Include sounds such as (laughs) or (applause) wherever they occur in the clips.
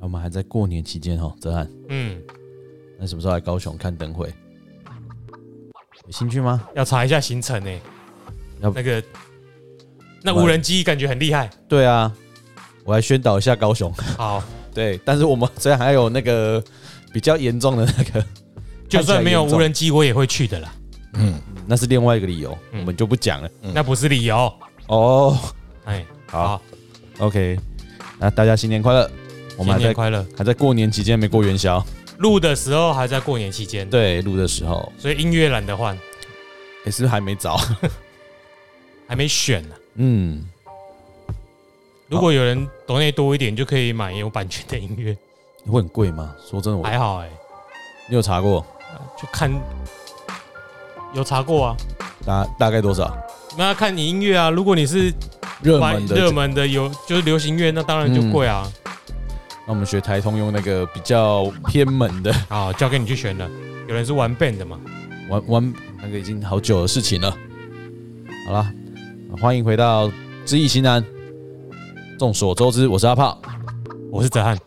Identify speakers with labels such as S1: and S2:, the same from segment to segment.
S1: 啊们还在过年期间哈，泽汉，
S2: 嗯，
S1: 那什么时候来高雄看灯会？有兴趣吗？
S2: 要查一下行程呢、欸
S1: 要
S2: 那个那无人机感觉很厉害。
S1: 对啊，我来宣导一下高雄。 (laughs)
S2: 好，
S1: 对，但是我们 (laughs) 虽然还有那个比较严重的那个，
S2: 就算没有无
S1: 人。
S2: 人机，我也会去的啦。
S3: 嗯，
S1: 那是另外一个理由，
S2: 嗯
S1: 我们就不讲了。
S3: 嗯
S2: 那不是理由。
S1: 哦，
S2: 哎，
S1: 好
S2: 好，
S1: ，OK，那大家新年快乐！我们
S2: 新
S1: 还
S2: 年
S1: 在
S2: 快乐！
S1: 还在过年期间没过元宵，
S2: 录的时候还在过年期间，
S1: 对，录的时候
S2: 所以音乐懒得换，
S1: 也是不是还没找，
S2: 还没选呢、
S1: 嗯，
S2: 如果有人懂内多一点，就可以买有版权的音乐，
S1: 会很贵吗？说真的，我
S2: 还好哎、
S1: 你有查过
S2: 就看有查过啊，
S1: 大大概多少
S2: 那看你音乐啊。如果你是
S1: 热
S2: 买
S1: 门的？
S2: 热门的有就是流行乐，那当然就贵啊。
S1: 那我们学台通用那个比较偏门的， (laughs)
S2: 好，啊交给你去选了。有人是玩 band 的嘛？
S1: 玩玩那个已经好久的事情了。好啦，欢迎回到知易行难。众所周知，我是阿炮，
S2: 我是泽汉，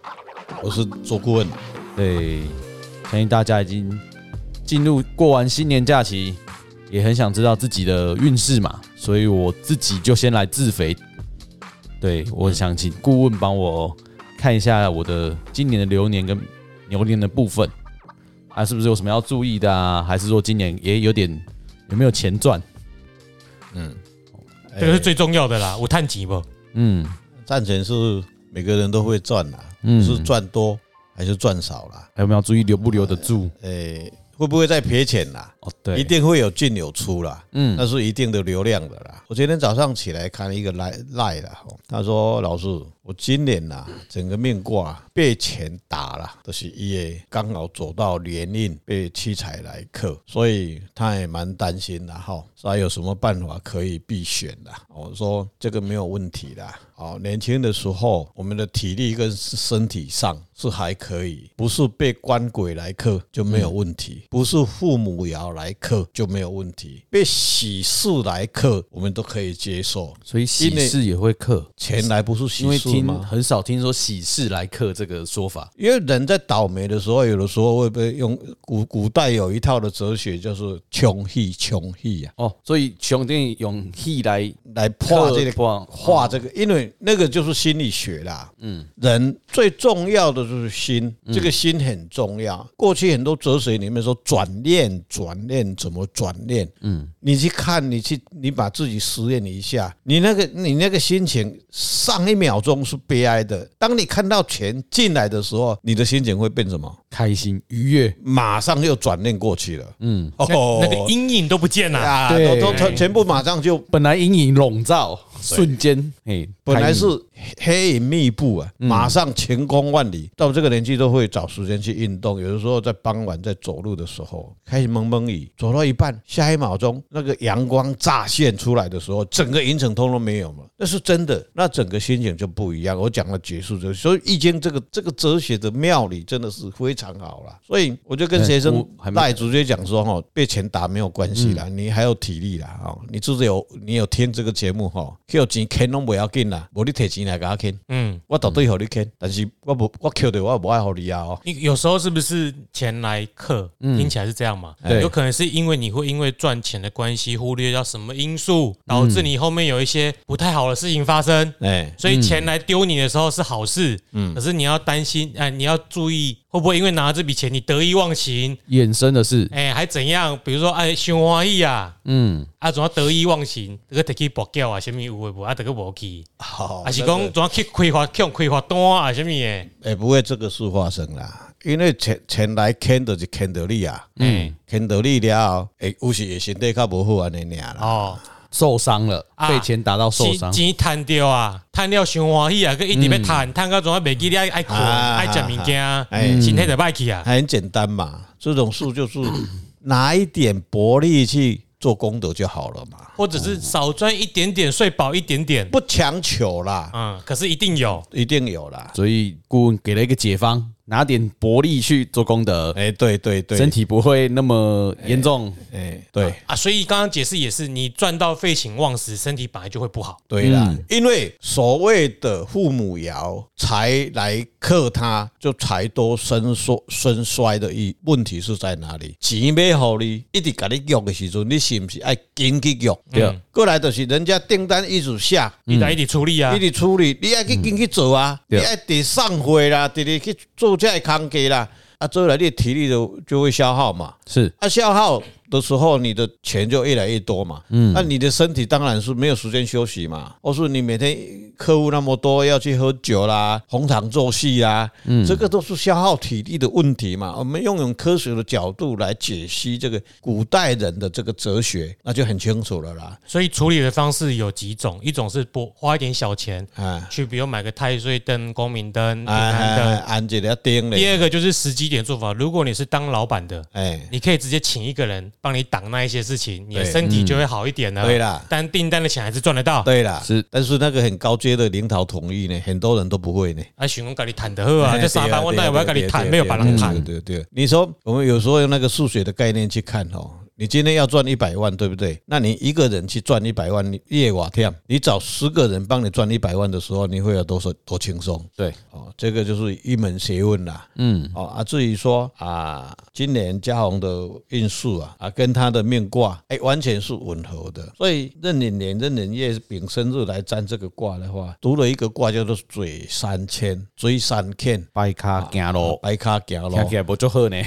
S3: 我是做顾问，
S1: 对，相信大家已经进入过完新年假期，也很想知道自己的运势嘛，所以我自己就先来自肥。对，我想请顾问帮我看一下我的今年的流年跟牛年的部分，啊，是不是有什么要注意的啊？还是说今年也有点有没有钱赚？
S3: 嗯，
S2: 这个是最重要的啦。我探级不？
S1: 嗯
S3: 赚钱哎是每个人都会赚啦，
S1: 嗯，
S3: 是赚多还是赚少啦？
S1: 还有没有要注意留不留得住？
S3: 诶，会不会再撇钱啦？
S1: 哦，对，
S3: 一定会有进有出啦，
S1: 嗯
S3: 那是一定的流量的啦。我今天早上起来看一个赖赖啦，吼他说老师，我今年呐、整个命卦被钱打了，就是也刚好走到年运被七彩来克，所以他也蛮担心的哈，说还有什么办法可以避险的？我哦说这个没有问题啦。哦，年轻的时候，我们的体力跟身体上是还可以，不是被官鬼来克就没有问
S1: 嗯
S3: 题，不是父母爻来克就没有问题，被喜事来克我们都可以接受。
S1: 所以喜事也会克，
S3: 钱来不是
S1: 因
S3: 喜
S1: 为
S3: 事
S1: 听
S3: 吗？
S1: 很少听说喜事来克这个说法。
S3: 因为人在倒霉的时候，有的时候会被用古古代有一套的哲学，就是穷气穷啊气呀，
S1: 哦，所以穷定用气来
S3: 来破这个
S1: 破
S3: 画这个，因为那个就是心理学啦。嗯，人最重要的就是心，这个心很重要。过去很多哲学里面说转念，转念怎么转念？嗯，你去看，你去，你把自己实验一下，你那个你那个心情，上一秒钟是悲哀的，当你看到钱进来的时候，你的心情会变什么？
S1: 开心愉悦，
S3: 马上又转念过去了。嗯，哦
S2: 那个阴影都不见了。
S3: 啊，
S1: 对
S3: 都都全全部马上就
S1: 本来阴影笼罩，瞬间哎，
S3: 本来是
S1: 开心
S3: 黑影密布啊，马上晴空万里。到这个年纪都会找时间去运动，有的时候在傍晚在走路的时候，开始蒙蒙雨，走到一半，下一秒钟那个阳光乍现出来的时候，整个云层通通没有了，那是真的，那整个心情就不一样。我讲了结束之后，所以《易经》这个这个哲学的妙理真的是非常好啦。所以我就跟学
S1: 哎
S3: 生
S1: 我还没
S3: 带主角讲说哈，被钱打没有关系啦，你还有体力啦哦，你自己有你有听这个节目哈，有钱坑拢不要紧啦，无你提钱来给我坑，
S2: 嗯，
S3: 我绝对给你坑，但是我不我扣的我不爱给你啊哦，
S2: 你有时候是不是钱来克？听起来是这样嘛？
S1: 对
S2: 有可能是因为你会因为赚钱的关系，忽略掉什么因素，导致你后面有一些不太好的事情发生。
S3: 哎，
S2: 所以钱来丢你的时候是好事，嗯，可是你要担心，哎，你要注意会不会因为拿这笔钱你得意忘形，
S1: 衍生的是，
S2: 哎，还怎样？比如说，哎，熊花意啊，
S1: 嗯，
S2: 啊，怎样得意忘形，这个得去博掉啊，什么有的无啊，得个无去，
S3: 好，
S2: 还是讲怎样去开发，去开发单啊，什么的，
S3: 哎不会这个事发生啦，因为钱钱来坑的是坑到你啊，
S2: 嗯，
S3: 坑到你了后，哎，有时会身体较无好安尼尔啦，
S2: 哦，
S1: 受伤了，
S2: 啊
S1: 被钱打到受
S2: 钱
S1: 伤，
S2: 钱趁着啊，趁了伤欢喜啊，佮一直要趁，趁到怎啊袂记你爱爱困，
S3: 啊
S2: 爱食物件，
S3: 哎
S2: 身体就歹去啊。
S3: 还很简单嘛，这种事就是拿一点薄利去做功德就好了嘛，
S2: 或者是少赚一点点，睡饱一点点，
S3: 不强求啦。
S2: 啊嗯，可是一定有，
S3: 一定有啦。
S1: 所以顾问给了一个解方，拿点薄力去做功德，
S3: 哎，对对对，
S1: 身体不会那么严重。
S3: 哎，对
S2: 啊，所以刚刚解释也是，你赚到废寝忘食，身体本来就会不好。
S3: 对啦，因为所谓的父母爻财来克他，就财多身衰身衰的意问题是在哪里？钱要好你，一直给你用的时候，你是不是爱紧去用？
S1: 对，
S3: 过来就是人家订单一直下，
S2: 你来一起处理啊
S3: 你，得处理，你爱去紧去做啊，你
S1: 对
S3: 爱得上会啦，直直去做这些工作啦，啊，做来你的体力就就会消耗嘛，
S1: 是
S3: 啊，消耗的时候，你的钱就越来越多嘛。嗯，那你的身体当然是没有时间休息嘛。或是你每天客户那么多，要去喝酒啦、逢场作戏啦，嗯，这个都是消耗体力的问题嘛。我们用用科学的角度来解析这个古代人的这个哲学，那就很清楚了啦。
S2: 所以处理的方式有几种，一种是拨花一点小钱
S3: 啊，
S2: 去，比如买个太岁灯、光明灯、平
S3: 哎
S2: 安
S3: 哎，
S2: 灯。
S3: 安姐的要盯
S2: 第
S3: 嘞，
S2: 二个就是时机点做法，如果你是当老板的。
S3: 哎，
S2: 你可以直接请一个人帮你挡那一些事情，你的
S3: 对嗯
S2: 身体就会好一点了。
S3: 对啦
S2: 但订单的钱还啊是赚得到。
S3: 对啦，
S1: 是，
S3: 但是那个很高阶的领导同意呢，很多人都不会呢。
S2: 啊，想讲跟你谈的好啊，
S3: 哎
S2: 这三
S3: 对啊
S2: 百万
S3: 对
S2: 当
S3: 啊
S2: 然我要
S3: 对啊
S2: 跟你谈，
S3: 对啊
S2: 没有把人谈。
S3: 对啊对啊对啊，你说我们有时候用那个数学的概念去看哦，你今天要赚一百万，对不对？那你一个人去赚一百万，你夜瓦跳，你找十个人帮你赚一百万的时候，你会有多少多轻松？
S1: 对，
S3: 哦，这个就是一门学问啦。嗯，哦啊，至于说啊，今年嘉宏的运数啊，啊跟他的命卦，哎，完全是吻合的。所以壬寅年、壬寅月丙申日来占这个卦的话，读了一个卦叫做水三千，水三千。
S1: 拜卡行
S3: 哦
S1: 路，，
S3: 白卡行咯
S1: 听。起来不就啊好呢？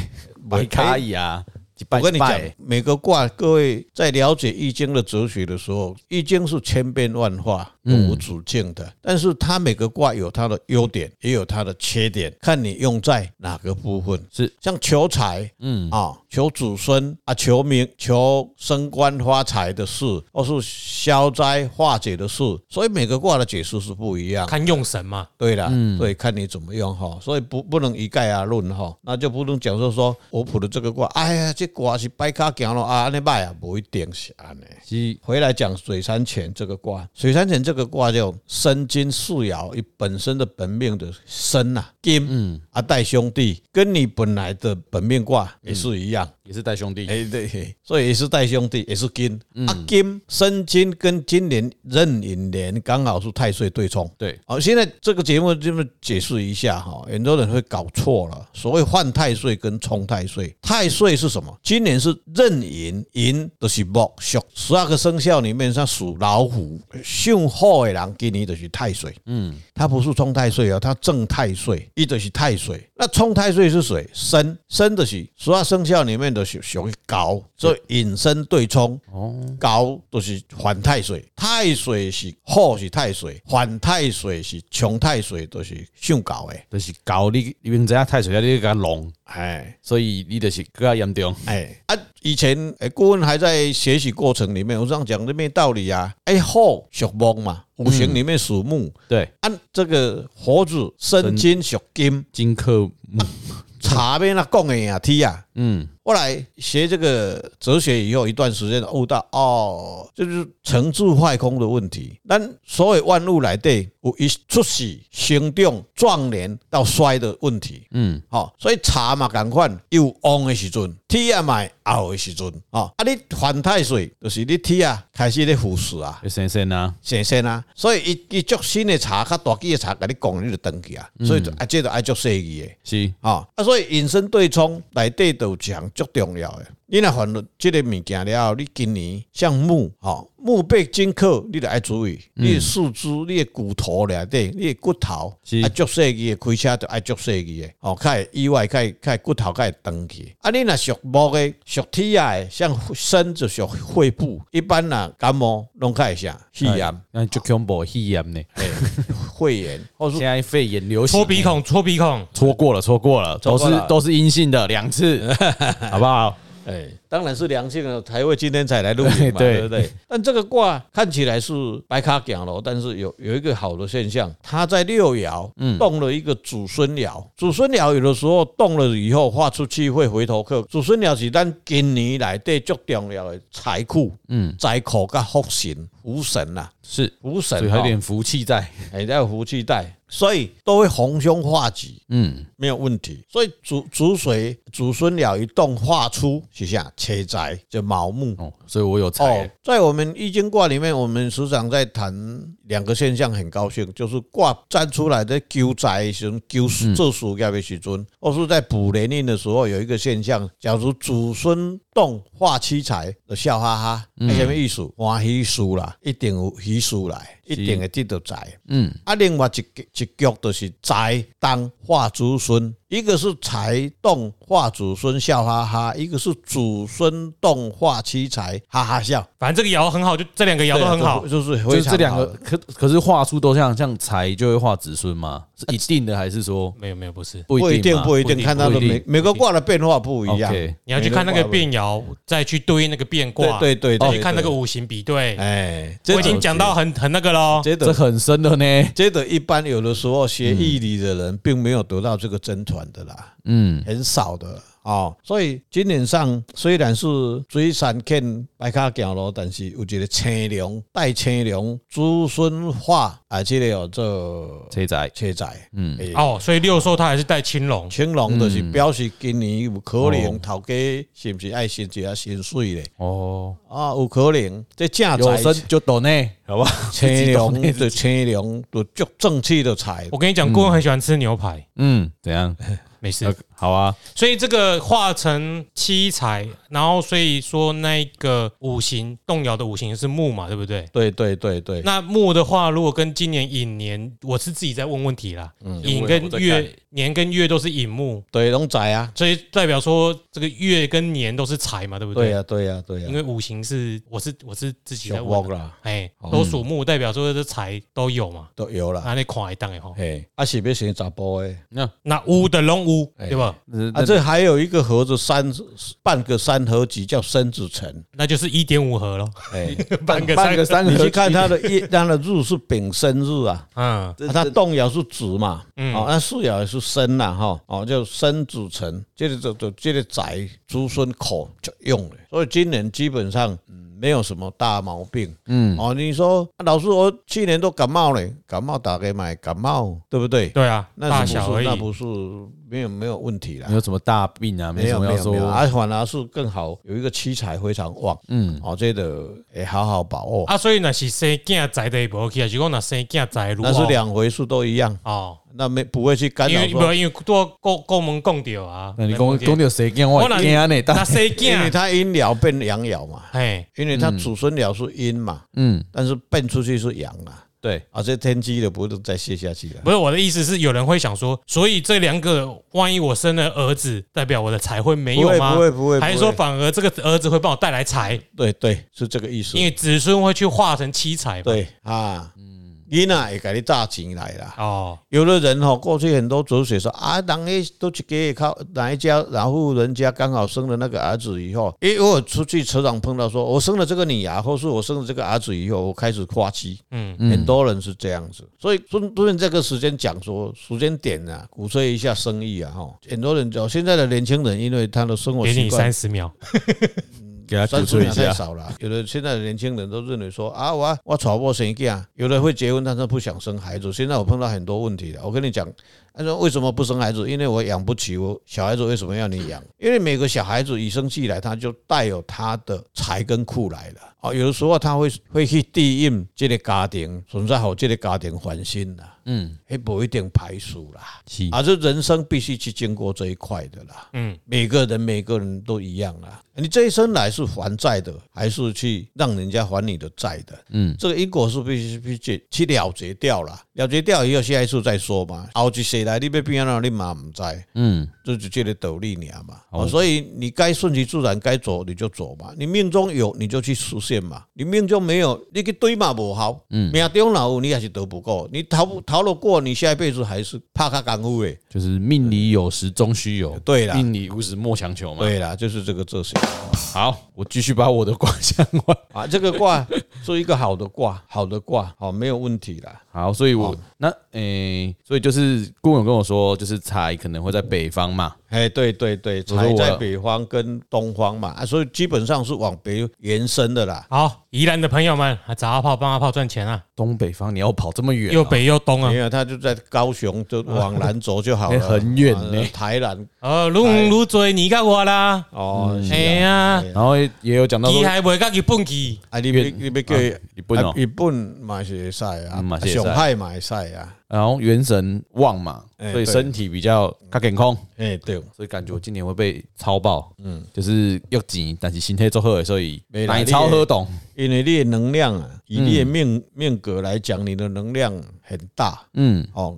S1: 拜卡伊啊，一拜
S3: 我跟你
S1: 一
S3: 讲
S1: 拜，，
S3: 每个卦，各位在了解《易经》的哲学的时候，《易经》是千变万化、
S1: 嗯
S3: 永无止境的，但是它每个卦有它的优点，也有它的缺点，看你用在哪个部分。
S1: 是
S3: 像求财，嗯啊、求子孙啊，求名、求升官发财的事，或是消灾化解的事，所以每个卦的解释是不一样。
S2: 看用神嘛，
S3: 对啦，所以看你怎么用哈，所以不不能一概而论哈，那就不能讲说说我卜的这个卦，哎呀，这卦是拜卡行了啊，安尼拜啊，不一定是安尼。
S1: 是
S3: 回来讲水山钱这个卦，水山钱这个卦叫申金巳爻，以本身的本命的申呐、啊、金，啊带兄弟，跟你本来的本命卦也是一样，
S1: 也是带兄弟，
S3: 哎、对，所以也是带兄弟，也是金、啊金申金跟今年壬寅年刚好是太岁对冲。
S1: 对，
S3: 好，现在这个节目这么解释一下哈，很多人会搞错了。所谓换太岁跟冲太岁，太岁是什么？今年是壬寅，寅就是木属，十二个生肖里面它属老虎，姓火的人今年就是太岁。嗯，它不是冲太岁哦，它正太岁，伊就是太岁。那冲太岁是谁？申，申就是十二生肖里面的属属于高，所以引申对冲。高就是反太岁，太岁是好是太岁，反太岁是穷太岁，都是上高的。
S1: 就是搞你，你明知影太水了，啊你给他弄，
S3: 哎
S1: 所以你就是更加严重。
S3: 哎啊！以前哎，顾问还在学习过程里面，我这样讲的没道理啊。哎，好属木嘛，五行里面属木，
S1: 对，
S3: 按这个火子生金属金，
S1: 金克木，
S3: 查边啊讲的呀，踢啊。
S1: 嗯，
S3: 后来学这个哲学以后一段时间，悟到哦，这就是成住坏空的问题。咱所有万物来对，有一出世、行动、壮年到衰的问题。嗯，好、所以茶嘛，赶快有旺的时阵，铁啊买后的时阵，哦，啊，你犯太岁，就是你铁啊开始咧腐蚀啊。
S1: 会生生啊，
S3: 先生啊，所以伊伊足新的茶，较大支的茶，甲你讲你就登去啊，所以就啊，这就爱足细意的。
S1: 是
S3: 啊、啊，所以引申对冲内底都有一项足重要的。你若犯了即个物件了后，你今年像木，吼、木被金克，你就爱注意，你的四肢、你的骨头内底、你的骨头
S1: 是，
S3: 啊，足细个开车就爱足细个，吼、哦，较会意外，较会较会骨头较会断去。啊，你若属木的、属铁的，像身就属肺部，一般啦感冒拢较会啥，肺炎、
S1: 那就哎恐怖的肺炎
S3: (laughs)
S1: 呢。
S3: 肺炎，或是
S1: 现在肺炎流行，
S2: 戳鼻，
S3: 哎
S2: 孔，戳鼻孔。
S1: 戳过了，戳过了，
S3: 戳
S1: 都
S3: 过
S1: 是
S3: 了 (laughs)
S1: 都是阴性的两次，好不好？
S3: 哎，当然是良性的，才会今天才来录
S1: 对
S3: 影嘛，
S1: 对
S3: 对不对？但这个卦看起来是白卡讲了，但是有有一个好的现象，它在六爻动了一个祖孙爻，祖孙爻有的时候动了以后画出去会回头客，祖孙爻是咱今年来对最重要的财库、
S1: 嗯，
S3: 财库跟福神、福神呐、啊，
S1: 是，
S3: 福神
S1: 所以还有
S3: 哦
S1: 点福气在，
S3: 还在福气带，所以都会逢凶化吉。
S1: 嗯，
S3: 没有问题。所以主主水祖孙鸟一动画出是下切宅就卯木。
S1: 哦，所以我有
S3: 哦
S1: 财，，
S3: 在我们易经卦里面，我们时常在谈两个现象，很高兴，就是卦站出来在纠宅的时候，纠做事业的时阵，或是在补年运的时候，有一个现象，假如祖孙动化七财，就笑哈哈，那什么意思？欢喜事啦，一定有喜事来，一定会得到财。
S1: 嗯，
S3: 啊，另外一局一局就是财当化子孙，一个是财动化子孙笑哈哈，一个是子孙动化七财哈哈笑，
S2: 反正这个爻很
S3: 啊
S2: 好，就这两个爻都很好
S3: 对。就是
S1: 就
S3: 非
S1: 是
S3: 常
S1: 这两个
S3: 好的，
S1: 可可是画出都像像财就会画子孙吗？是一定的还是说
S2: 没有没有，不是，
S1: 不
S3: 不
S1: 一
S3: 一定
S1: 定嘛
S3: 不一定，看它
S1: 不一
S3: 的
S1: 定
S3: 每每个卦的变化不一样
S1: OK，
S2: 你要去看那个
S3: 变
S2: 变爻，再去对应那个变卦，
S3: 对对对
S2: 再
S3: 对，
S2: 去看那个五行比对。
S3: 哎，这
S2: 我已经讲到很很那个喽，
S3: 这
S1: 这
S3: 个
S1: 很深的呢？
S3: 这个一般有的时候学易理的人并没有得到这个真传的啦。
S1: 嗯，
S3: 很少的哦。所以今年上虽然是水产见白卡行咯，但是有一个青龙带青龙子孙化，啊，这个有做
S1: 财宅，
S3: 车仔，
S1: 嗯
S3: 诶
S2: 哦，所以六兽它还是带青龙，
S3: 青龙就是
S1: 嗯
S3: 表示今年有可
S1: 哦
S3: 能头家是不是爱升一下薪水咧？
S1: 哦，
S3: 啊，有可能这正
S1: 有生
S3: 财
S1: 就懂呢，
S3: (laughs) 好吧？
S1: (laughs)
S3: 青龙就
S2: (laughs)
S3: 青龙就足正气的财，
S2: 我跟你讲，顾问很喜欢吃牛排，
S1: 嗯，怎
S3: (laughs)
S1: 样？
S2: 没事
S1: 呃。好啊，
S2: 所以这个化成七彩，然后所以说那个五行动摇的五行是木嘛，对不对？
S3: 对对对对，
S2: 那木的话，如果跟今年寅年，我是自己在问问题啦。寅
S3: 就问
S2: 跟
S3: 嗯我在
S2: 月年跟月都是寅木，
S3: 对龙仔啊，
S2: 所以代表说这个月跟年都是财嘛，对不
S3: 对
S2: 对？
S3: 呀对呀对啊
S2: 因
S3: 呀，
S2: 为五行是我是我是自己在
S3: 小
S2: 问
S3: 旺
S2: 的，
S3: 啦哦
S2: 哎，都属木，代表说这财都有嘛。
S3: 都有啦。
S2: 啊，你看一档的吼，
S3: 嘿，啊是要生查甫诶，
S2: 那乌的龙乌对吧？
S3: 啊
S1: 啊
S3: 这还有一个盒子三半个三合集叫生子辰，
S2: 那就是一点五
S3: (laughs)
S2: 合咯。
S3: 哎，
S2: (laughs) 半个
S1: 半个三合
S3: 你
S1: 体，
S3: 去看它的月，它的日是丙申日啊，
S2: 嗯，
S1: 这
S3: 啊它动爻是子嘛，
S2: 嗯
S3: 哦，那巳爻也是申呐哈，哦叫生子辰，这个就就这个宅子孙口就用了，所以今年基本上嗯没有什么大毛病。
S1: 嗯，
S3: 哦，你说、啊老师，我去年都感冒了，感冒打给买感冒，对不对？
S2: 对啊，
S3: 那
S2: 大
S3: 是不
S2: 小
S3: 是
S2: 而
S3: 那
S2: 已。
S3: 不是没有没有问题啦
S1: 没。有什么大病啊，
S3: 没
S1: 什
S3: 有
S1: 么
S3: 没
S1: 要
S3: 有没有，
S1: 说，
S3: 而反而是更好，有一个七彩非常旺，
S1: 嗯，
S3: 哦，这个也好好把握，
S2: 啊，所以那是生囝仔的无去啊，就是讲那生囝仔如
S3: 那是
S2: 何
S3: 两回事都一样，
S2: 哦，
S3: 那没不会去干
S2: 因
S3: 扰
S2: 为
S3: 说，
S2: 无因为多共共门共掉啊。
S1: 那你讲讲到谁惊
S2: 我
S1: 我
S2: 若
S1: 惊啊呢？
S2: 那
S1: 但
S2: 生
S3: 因为嗯
S2: 囝，
S3: 它阴爻变阳爻嘛，
S2: 哎，
S3: 因为它祖孙爻是阴嘛，
S1: 嗯，
S3: 但是变出去是阳啊，
S1: 对，
S3: 啊，这天机的不能再泄下去了，
S2: 不是我的意思是，有人会想说，所以这两个，万一我生了儿子，代表我的财会没
S3: 不
S2: 有
S3: 会
S2: 吗
S3: 不？会不会，
S2: 还是
S3: 不
S2: 说
S3: 会
S2: 反而这个儿子会帮我带来财？
S3: 对对是这个意思
S2: 因，为子孙会去化成七财嘛。
S3: 对啊，囡仔也给你炸钱来啦。
S2: 哦，
S3: 有的人哈、哦，过去很多哲学说啊，人一都去给靠哪一家，然后人家刚好生了那个儿子以后，诶，我有出去车上碰到说，我生了这个女儿，或是我生了这个儿子以后，我开始花期，
S2: 嗯，
S1: 嗯
S3: 很多人是这样子，所以顺顺这个时间讲说时间点啊，鼓吹一下生意啊，哈，很多人就现在的年轻人，因为他的生活
S2: 给
S3: 习
S2: 你
S3: 惯
S2: 三。十秒。
S1: 给他
S3: 三
S1: 鼓
S3: 十
S1: 吹
S3: 秒
S1: 一
S3: 太
S1: 下，
S3: 少了，有的现在的年轻人都认为说啊，我我娶我生囝，有的会结婚，但是不想生孩子。现在我碰到很多问题了，我跟你讲，他说为什么不生孩子？因为我养不起我小孩子，为什么要你养？因为每个小孩子一生俱来，他就带有他的财跟库来了。哦，有的时候他会会去对应这个家庭，存在好这个家庭烦心啦，
S1: 嗯，
S3: 也不一定排除啦。
S1: 是，
S3: 啊，这人生必须去经过这一块的啦。
S2: 嗯，
S3: 每个人每个人都一样啦。你这一生来是还债的，还是去让人家还你的债的。
S1: 嗯，
S3: 这个因果是必须必须去了结掉了，了结掉以后下一次再说嘛。后一世来你要变哪，你嘛唔知，
S1: 嗯，
S3: 这就这个道理尔嘛。
S1: 好
S3: 哦所以你该顺其自然，该走你就走嘛。你命中有你就去实现嘛，你命中没有你去堆嘛不好。
S1: 嗯
S3: 命中若有你也是得不够，你逃不逃得过，你下一辈子还是怕他干枯诶。
S1: 就是命里有时终须有，
S3: 对啦
S1: 命里无时莫强求嘛。
S3: 对啦，就是这个这些。
S1: 好，我继续把我的卦讲完。 (laughs)
S3: 啊，这个卦是一个好的卦，好的卦，好没有问题啦。
S1: 好，所以我那诶、所以就是顾问有跟我说，就是财可能会在北方嘛，
S3: 哎，对对对，
S1: 我说
S3: 财
S1: 我
S3: 在北方跟东方嘛，啊，所以基本上是往北延伸的啦。
S2: 好，宜兰的朋友们，啊找阿炮帮阿炮赚钱啊，
S1: 东北方你要跑这么远、
S2: 又，北又东啊
S3: 没，有，他就在高雄，就往南走就好
S1: 嗯哎
S3: 了，
S1: 很远呢
S3: 啊台南
S2: 呃，如如做你甲我啦，
S3: 哦，
S1: 嗯
S3: 是
S2: 哎
S3: 啊
S2: 呀，
S1: 然后也有讲到说
S2: 伊，还袂甲日本去，
S3: 啊，你别你别叫
S1: 日本哦
S3: 啊日本嘛是会使啊
S1: 嗯，嘛是
S3: 啊
S1: 会使
S3: 上海嘛会使啊，
S1: 然后元神旺嘛，
S3: 哎
S1: 所以身体比较较健康，
S3: 哎对，
S1: 所以感觉我今年会被超爆，嗯，就是又钱，但是心态做好的，所以
S3: 没啦
S1: 奶超喝懂，
S3: 因为你的能量
S1: 嗯
S3: 啊，以你的命命格来讲，你的能量很大
S1: 嗯，
S3: 哦，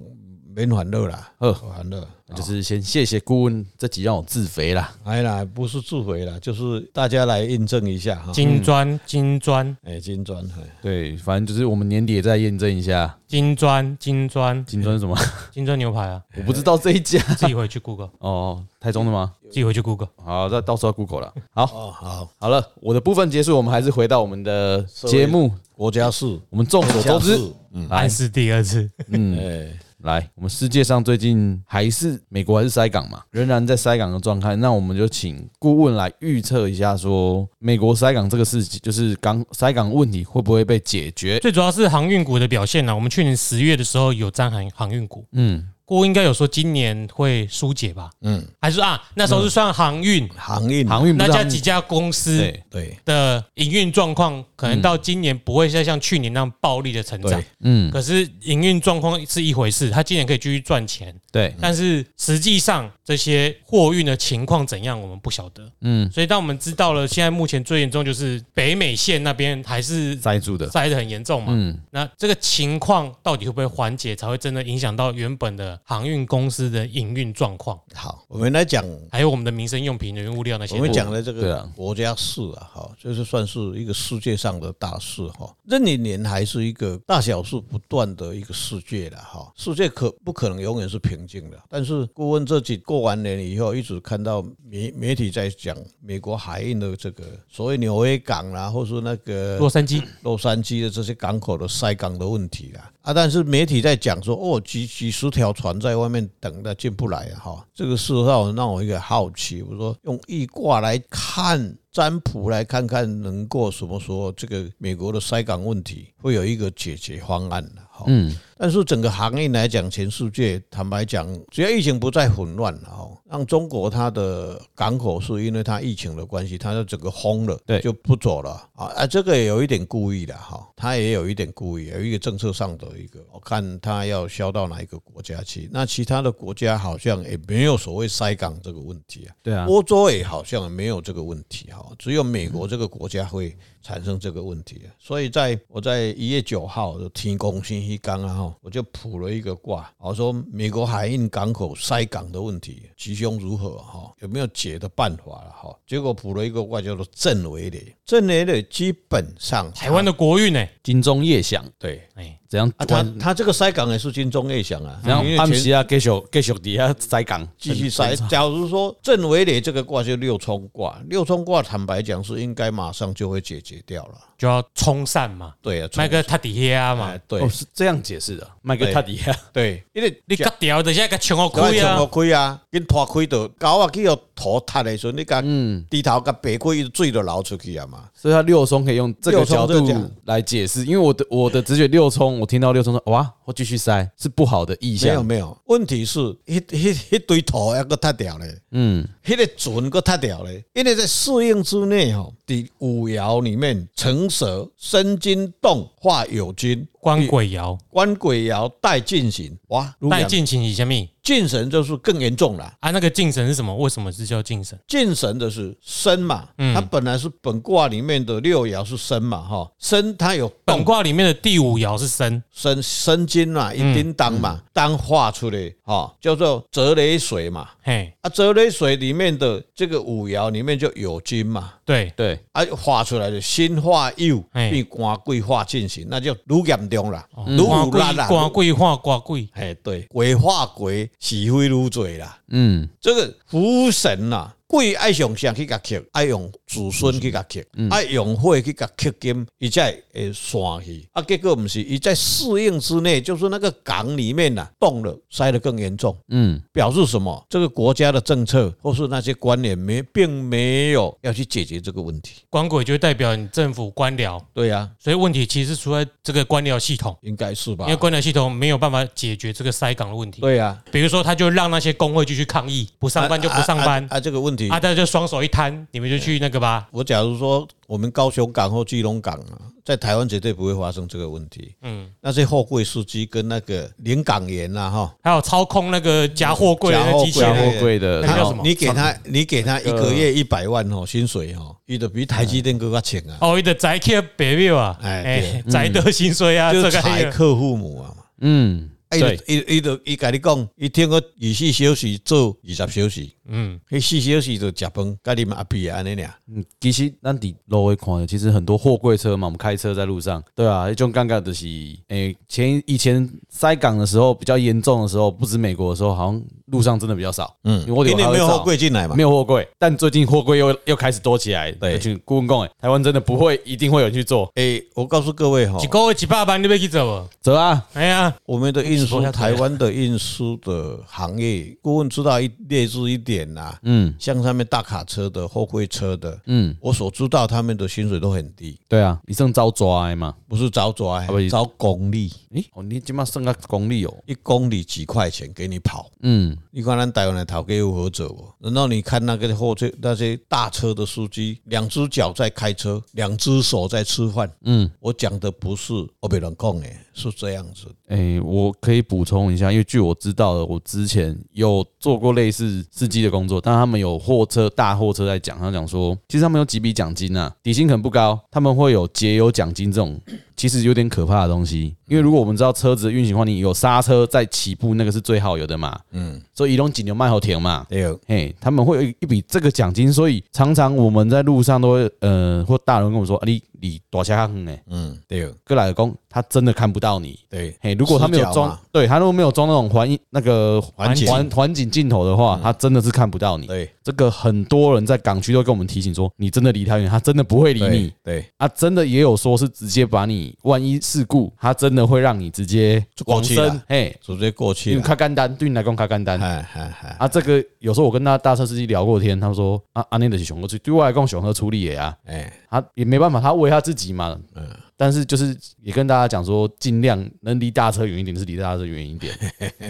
S3: 免烦恼啦，
S1: 好
S3: 烦恼。
S1: 就是先谢谢顾问这集让我自肥啦，
S3: 哎啦，不是自毁啦，就是大家来印证一下
S1: 嗯
S3: 哈。
S2: 金砖金砖
S3: 哎，金砖，哎
S1: 对，反正就是我们年底也再验证一下
S2: 金砖金砖
S1: 金砖是什么，
S2: 金砖牛排啊， (laughs)
S1: 我不知道这一家
S2: 自己回去 Google，
S1: (laughs) 哦，台中的吗？
S2: 自己回去 Google。
S1: 好，那到时候 Google 了，好。
S3: 哦，好，
S1: 好了，我的部分结束，我们还是回到我们的节目。
S3: 国家事，
S1: 我们众所周
S3: 国家
S1: 知嗯
S3: 事，
S1: 来
S2: 暗示第二次，
S3: 哎，
S1: 来，我们世界上最近还是美国还是塞港嘛，仍然在塞港的状态。那我们就请顾问来预测一下说美国塞港这个事情，就是港塞港问题会不会被解决？
S2: 最主要是航运股的表现啊呢、我们去年十月的时候有占航航运股，
S1: 嗯，
S2: 郭应该有说今年会疏解吧？
S3: 嗯，
S2: 还是啊，那时候是算航运，
S3: 航运，
S1: 嗯航运不
S2: 那
S1: 是
S2: 家
S1: 航
S2: 几家公司
S1: 对，
S3: 对
S2: 的营运状况，可能到今年不会再像去年那样暴力的成长
S3: 对。，
S1: 嗯，
S2: 可是营运状况是一回事，它今年可以继续赚钱，
S1: 对，
S2: 但是实际上这些货运的情况怎样，我们不晓得。
S1: 嗯，
S2: 所以当我们知道了，现在目前最严重就是北美线那边还是
S1: 塞住的，
S2: 塞得很严重嘛。
S1: 嗯，
S2: 那这个情况到底会不会缓解，才会真的影响到原本的航运公司的营运状况，
S3: 好，我们来讲，
S2: 还有我们的民生用品、能源物料那些
S3: 我？们讲的这
S1: 对
S3: 个
S1: 啊
S3: 国家事啊，哈，就是算是一个世界上的大事哈。任你年还是一个大小事不断的一个世界了哈。世界可不可能永远是平静的？但是顾问这几过完年以后，一直看到媒媒体在讲美国海运的这个所谓纽约港啦、或是那个
S2: 洛杉矶
S3: 洛杉矶的这些港口的塞港的问题啦，啊，但是媒体在讲说，哦，几几十条船在外面等的进不来啊哈，这个事让我让我一个好奇，我说用易卦来看占卜来看看能够什么时候这个美国的塞港问题会有一个解决方案了哈。
S1: 嗯，
S3: 但是整个行业来讲，全世界坦白讲，只要疫情不再混乱哦，让中国它的港口是因为它疫情的关系，它就整个封了，
S1: 对
S3: 就不走了啊啊，这个也有一点故意的哈，它也有一点故意，有一个政策上的一个，我看它要销到哪一个国家去，那其他的国家好像也没有所谓塞港这个问题啊，
S1: 对啊，
S3: 欧洲也好像没有这个问题哈，只有美国这个国家会产生这个问题。所以在我在一月九号的天公星期刚啊哈，我就卜了一个卦，我说美国海运港口塞港的问题吉凶如何哈，有没有解的办法了哈？结果卜了一个卦叫做震为雷，震为雷基本上
S2: 台湾的国运呢、
S1: 金钟夜响
S3: 对。
S2: 哎，
S1: 怎样
S3: 啊，？他
S1: 怎
S3: 他这个塞港也是金钟夜响啊，
S1: 样
S3: 因为？嗯
S1: 暗
S3: 全
S1: 时啊，继续继续底下塞港，
S3: 继续塞。假如说正为雷这个卦就六冲卦，六冲卦坦白讲是应该马上就会解决掉了。
S2: 就要冲散嘛，
S3: 对啊，
S2: 麦克塔底下
S3: 冲
S2: 嘛
S3: 哎，对
S1: 哦，是这样解释的，麦克
S3: 对
S1: 塔底下，
S3: 对，因为
S2: 你割掉等下个冲我
S3: 开
S2: 亏
S3: 啊，
S2: 啊，
S3: 开啊，跟拖开到狗啊，去要头踢的时候，你甲
S1: 嗯。
S3: 低头甲白开，水都流出去啊嘛。
S1: 所以他六冲可以用这个
S3: 六冲
S1: 角
S3: 这
S1: 度
S3: 个讲
S1: 来解释，因为我的我的直觉六冲，我听到六冲说哇，我继续塞是啊不好的意
S3: 没有
S1: 向，
S3: 没有，问题是，迄迄迄堆土还个踢掉咧，
S1: 嗯，
S3: 迄个船个踢掉咧，因为在适应之内吼，伫五爻里面，成蛇、生金、动、化有金、
S2: 关鬼窑
S3: 官鬼爻带进行，哇，
S2: 带进行是什么？
S3: 进神就是更严重了。
S2: 啊，那个进神是什么？为什么是叫进神？
S3: 进神的是身嘛，
S2: 嗯
S3: 它本来是本卦里面的六爻是身嘛，哈，身它有
S2: 本
S3: 动
S2: 卦里面的第五爻是申，
S3: 身身金嘛，
S2: 嗯
S3: 一叮当嘛，当化出来，哈，叫做泽雷水嘛。
S2: 嘿，
S3: 啊，泽雷水里面的这个五爻里面就有金嘛，
S2: 对，
S1: 对，
S3: 啊，画出来的心化右
S2: 嘿
S3: 变官贵化进行，那就愈严重啦，愈
S2: 瓜
S3: 有
S2: 贵
S3: 力啦。
S2: 瓜贵化瓜贵，
S3: 哎，对，鬼化鬼，是非愈多啦。
S1: 嗯
S3: 这个服务神呐、啊，鬼爱上啥去甲克，爱用子孙去甲克，爱用火去甲克金，伊才会散去。啊，结果毋是，伊在适应之内，就是那个港里面呐、动了，塞得更严重。
S1: 嗯，
S3: 表示什么？这个国家的政策或是那些官员没，并没有要去解决这个问题。
S2: 官鬼就代表你政府官僚，
S3: 对呀、
S2: 所以问题其实出在这个官僚系统，
S3: 应该是吧
S2: 因？为官僚系统没有办法解决这个塞港的问题。
S3: 对啊呀、
S2: 比如说，他就让那些工会继续抗议，不上班就不上班
S3: 啊，啊啊这个问题
S2: 啊，，大家就双手一摊，你们就去那个吧。
S3: 我假如说我们高雄港或基隆港啊，在台湾绝对不会发生这个问题。
S2: 嗯，
S3: 那些货柜司机跟那个领港员呐，哈，
S2: 还有操控那个夹货柜的那机器
S3: 夹
S1: 加
S2: 人，
S1: 货柜的
S2: 那
S3: 他
S2: 叫什么
S3: 你给他，你给他一个月一百万哦，薪水哦，伊就比台积电更加强啊，
S2: 哦，伊的宅客白表啊，
S3: 哎嗯
S2: 哎， (laughs) 宅的薪水啊，
S3: 就
S2: 这
S3: 是
S2: 个还
S3: 财
S2: 有
S3: 克父母啊嘛。
S1: 嗯，
S3: 啊伊就
S1: 对，
S3: 伊伊就伊甲你讲，伊听个二十四小时做二十小时，
S2: 嗯，
S3: 迄四小时就食饭，甲你们阿比安尼俩，
S1: 嗯其实咱伫路会看的，其实很多货柜车嘛，我们开车在路上，对啊，那种尴尬就是，诶、前以前塞港的时候比较严重的时候，不止美国的时候，好像路上真的比较少，
S3: 嗯，
S1: 因为我
S3: 因为没有
S1: 还会
S3: 货柜进来嘛
S1: 没，有货柜，但最近货柜又又开始多起来。
S3: 对
S1: 而且顾问讲，哎，台湾真的不会，一定会有人去做。
S3: 诶、我告诉各位哈、
S2: 一个月一百万，你要去做无？
S1: 走啊，
S2: 哎呀，
S3: 我们的运输
S2: 说，一下
S3: 台湾的运输的行业，顾问知道一列出一点呐、
S1: 嗯
S3: 像上面大卡车的、货柜车的，
S1: 嗯，
S3: 我所知道他们的薪水都很低，
S1: 对啊，一胜招抓的嘛。
S3: 不是招抓
S1: 啊不是，
S3: 招公里，
S1: 诶、哦，你今麦剩个公里哦。
S3: 一公里几块钱给你跑。
S1: 嗯，
S3: 你看咱台湾的头家有何者不？然后你看那个货车那些大车的司机，两只脚在开车，两只手在吃饭。
S1: 嗯，
S3: 我讲的不是我别人讲的，是这样子。
S1: 诶、我可以补充一下，因为据我知道的，我之前有做过类似司机的工作，但他们有货车大货车在讲，他讲说，其实他们有几笔奖金啊，底薪可能不高，他们会有节油奖金这种，其实有点可怕的东西。因为如果我们知道车子的运行的话，你有刹车再起步，那个是最好有的嘛。嗯，所以移动紧牛卖好甜嘛。
S3: 对，
S1: 嘿，他们会有一笔这个奖金，所以常常我们在路上都会，呃，或大人跟我说，啊、你你躲下看呢，
S3: 嗯，对
S1: 哥来公他真的看不到你。
S3: 对。
S1: 嘿，如果他没有
S3: 死角
S1: 装
S3: 嘛，
S1: 对他如果没有装那种环那个
S3: 环景
S1: 环环景镜头的话，他真的是看不到你。
S3: 对
S1: 这个很多人在港区都跟我们提醒说，你真的离他远，他真的不会理你
S3: 对对，
S1: 啊。真的也有说是直接把你万一事故，他真的会让你直接
S3: 就过
S1: 往
S3: 去了
S1: 生。嘿，
S3: 直接过去
S1: 因为
S3: 了。
S1: 卡干单对你来讲卡干单。
S3: 哎哎哎，
S1: 啊，这个有时候我跟那大车司机聊过天，他说啊，阿内的是熊哥处理，对我来讲熊哥处理也啊，
S3: 哎，
S1: 他也没办法，他为他自己嘛。
S3: 嗯
S1: 但是就是也跟大家讲说，尽量能离大车远一点，就是离大车远一 (laughs) 点。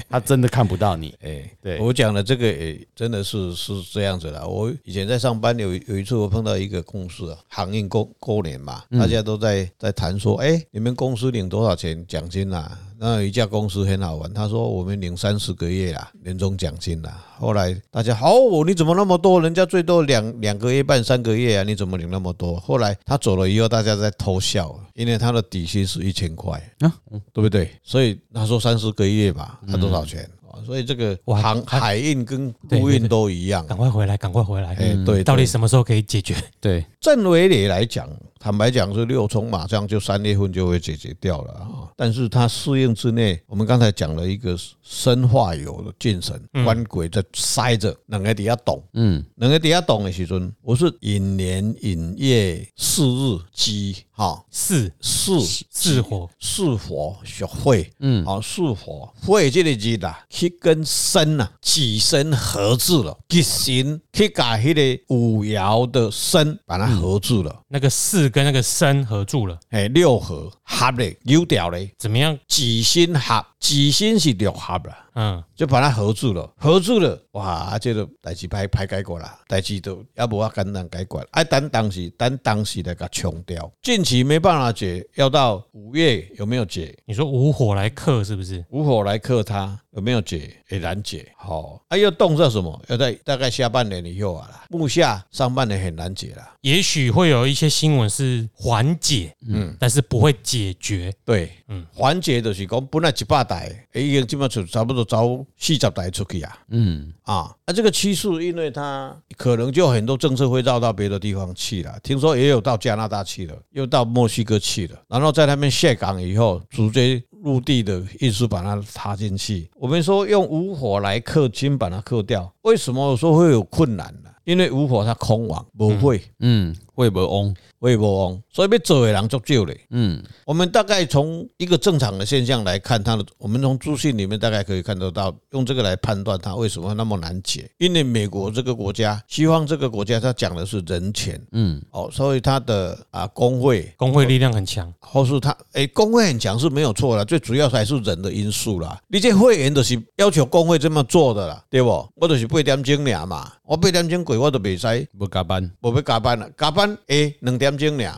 S1: 他真的看不到你，
S3: 哎，
S1: 对
S3: 我讲的这个也真的是是这样子啦。我以前在上班有有一次，我碰到一个公司啊，航运过过年嘛，大家都在在谈说，哎，你们公司领多少钱奖金啦、那有一家公司很好玩，他说我们领三十个月啦，年终奖金啦。后来大家哦，你怎么那么多？人家最多两两个月半三个月啊，你怎么领那么多？后来他走了以后，大家在偷笑，因为他的底薪是一千块
S1: 啊
S3: 对不对？所以他说三十个月吧，他多少钱？啊所以这个
S2: 哇
S3: 航
S2: 他
S3: 海运跟陆运都一样。
S2: 赶快回来，赶快回来！嗯
S3: 哎，对，
S2: 到底
S3: 对
S2: 什么时候可以解决？
S1: 对，
S3: 正维里来讲，坦白讲是六冲，马上就三月份就会解决掉了
S2: 哦
S3: 啊。但是它适应之内，我们刚才讲了一个生化油的进程，官鬼在塞着，两个底下懂，
S1: 嗯，
S3: 两个底下懂的时阵，我是引年引月四日鸡哈
S2: 是
S3: 四
S2: 是火，
S3: 是佛学会，
S1: 嗯
S3: 嗯，好、是佛会这个字啦，去跟身呐、啊，己身合制了，己身去把迄个五爻的身把它合制了，
S2: 那个是跟那个生合住了，
S3: 哎、六合合嘞，有掉嘞，
S2: 怎么样？
S3: 己心合，己心是六合啦，
S2: 嗯，
S3: 就把它合住了，合住了，哇，啊这个代志歹歹解决啦，代志都要不啊简单解决，啊等当时等当时来甲冲掉，近期没办法解，要到五月有没有解？
S2: 你说无火来克是不是？
S3: 无火来克它有没有解？也难解。好，啊，要动到什么？要在大概下半年以后啊啦，目下上半年很难解啦。
S2: 也许会有一些新闻是缓解，嗯，但是不会解决。
S3: 对，嗯，缓解就是讲本来一百台，已经基本出差不多走四十台出去啊，
S1: 嗯，
S3: 啊，啊，这个趋势，因为它可能就很多政策会绕到别的地方去了，听说也有到加拿大去了，又到墨西哥去了，然后在那边卸港以后，直接陆地的运输把它插进去。我们说用无火来克金，把它克掉，为什么我说会有困难呢？因为无火它空网不会，
S1: 嗯，会不会翁？
S3: 会不旺，所以被做的人足少嘞。
S1: 嗯，
S3: 我们大概从一个正常的现象来看它的，我们从资讯里面大概可以看得到，用这个来判断它为什么那么难解。因为美国这个国家，西方这个国家，它讲的是人权，
S1: 嗯，
S3: 哦，所以它的啊工会。
S2: 工会力量很强，
S3: 或是它诶、工会很强是没有错啦，最主要还是人的因素啦。你这会员就是要求工会这么做的啦，对不？我就是八点钟尔嘛，我八点钟过我都袂使
S1: 不加班，
S3: 无要加班啦，加班诶两点钟俩，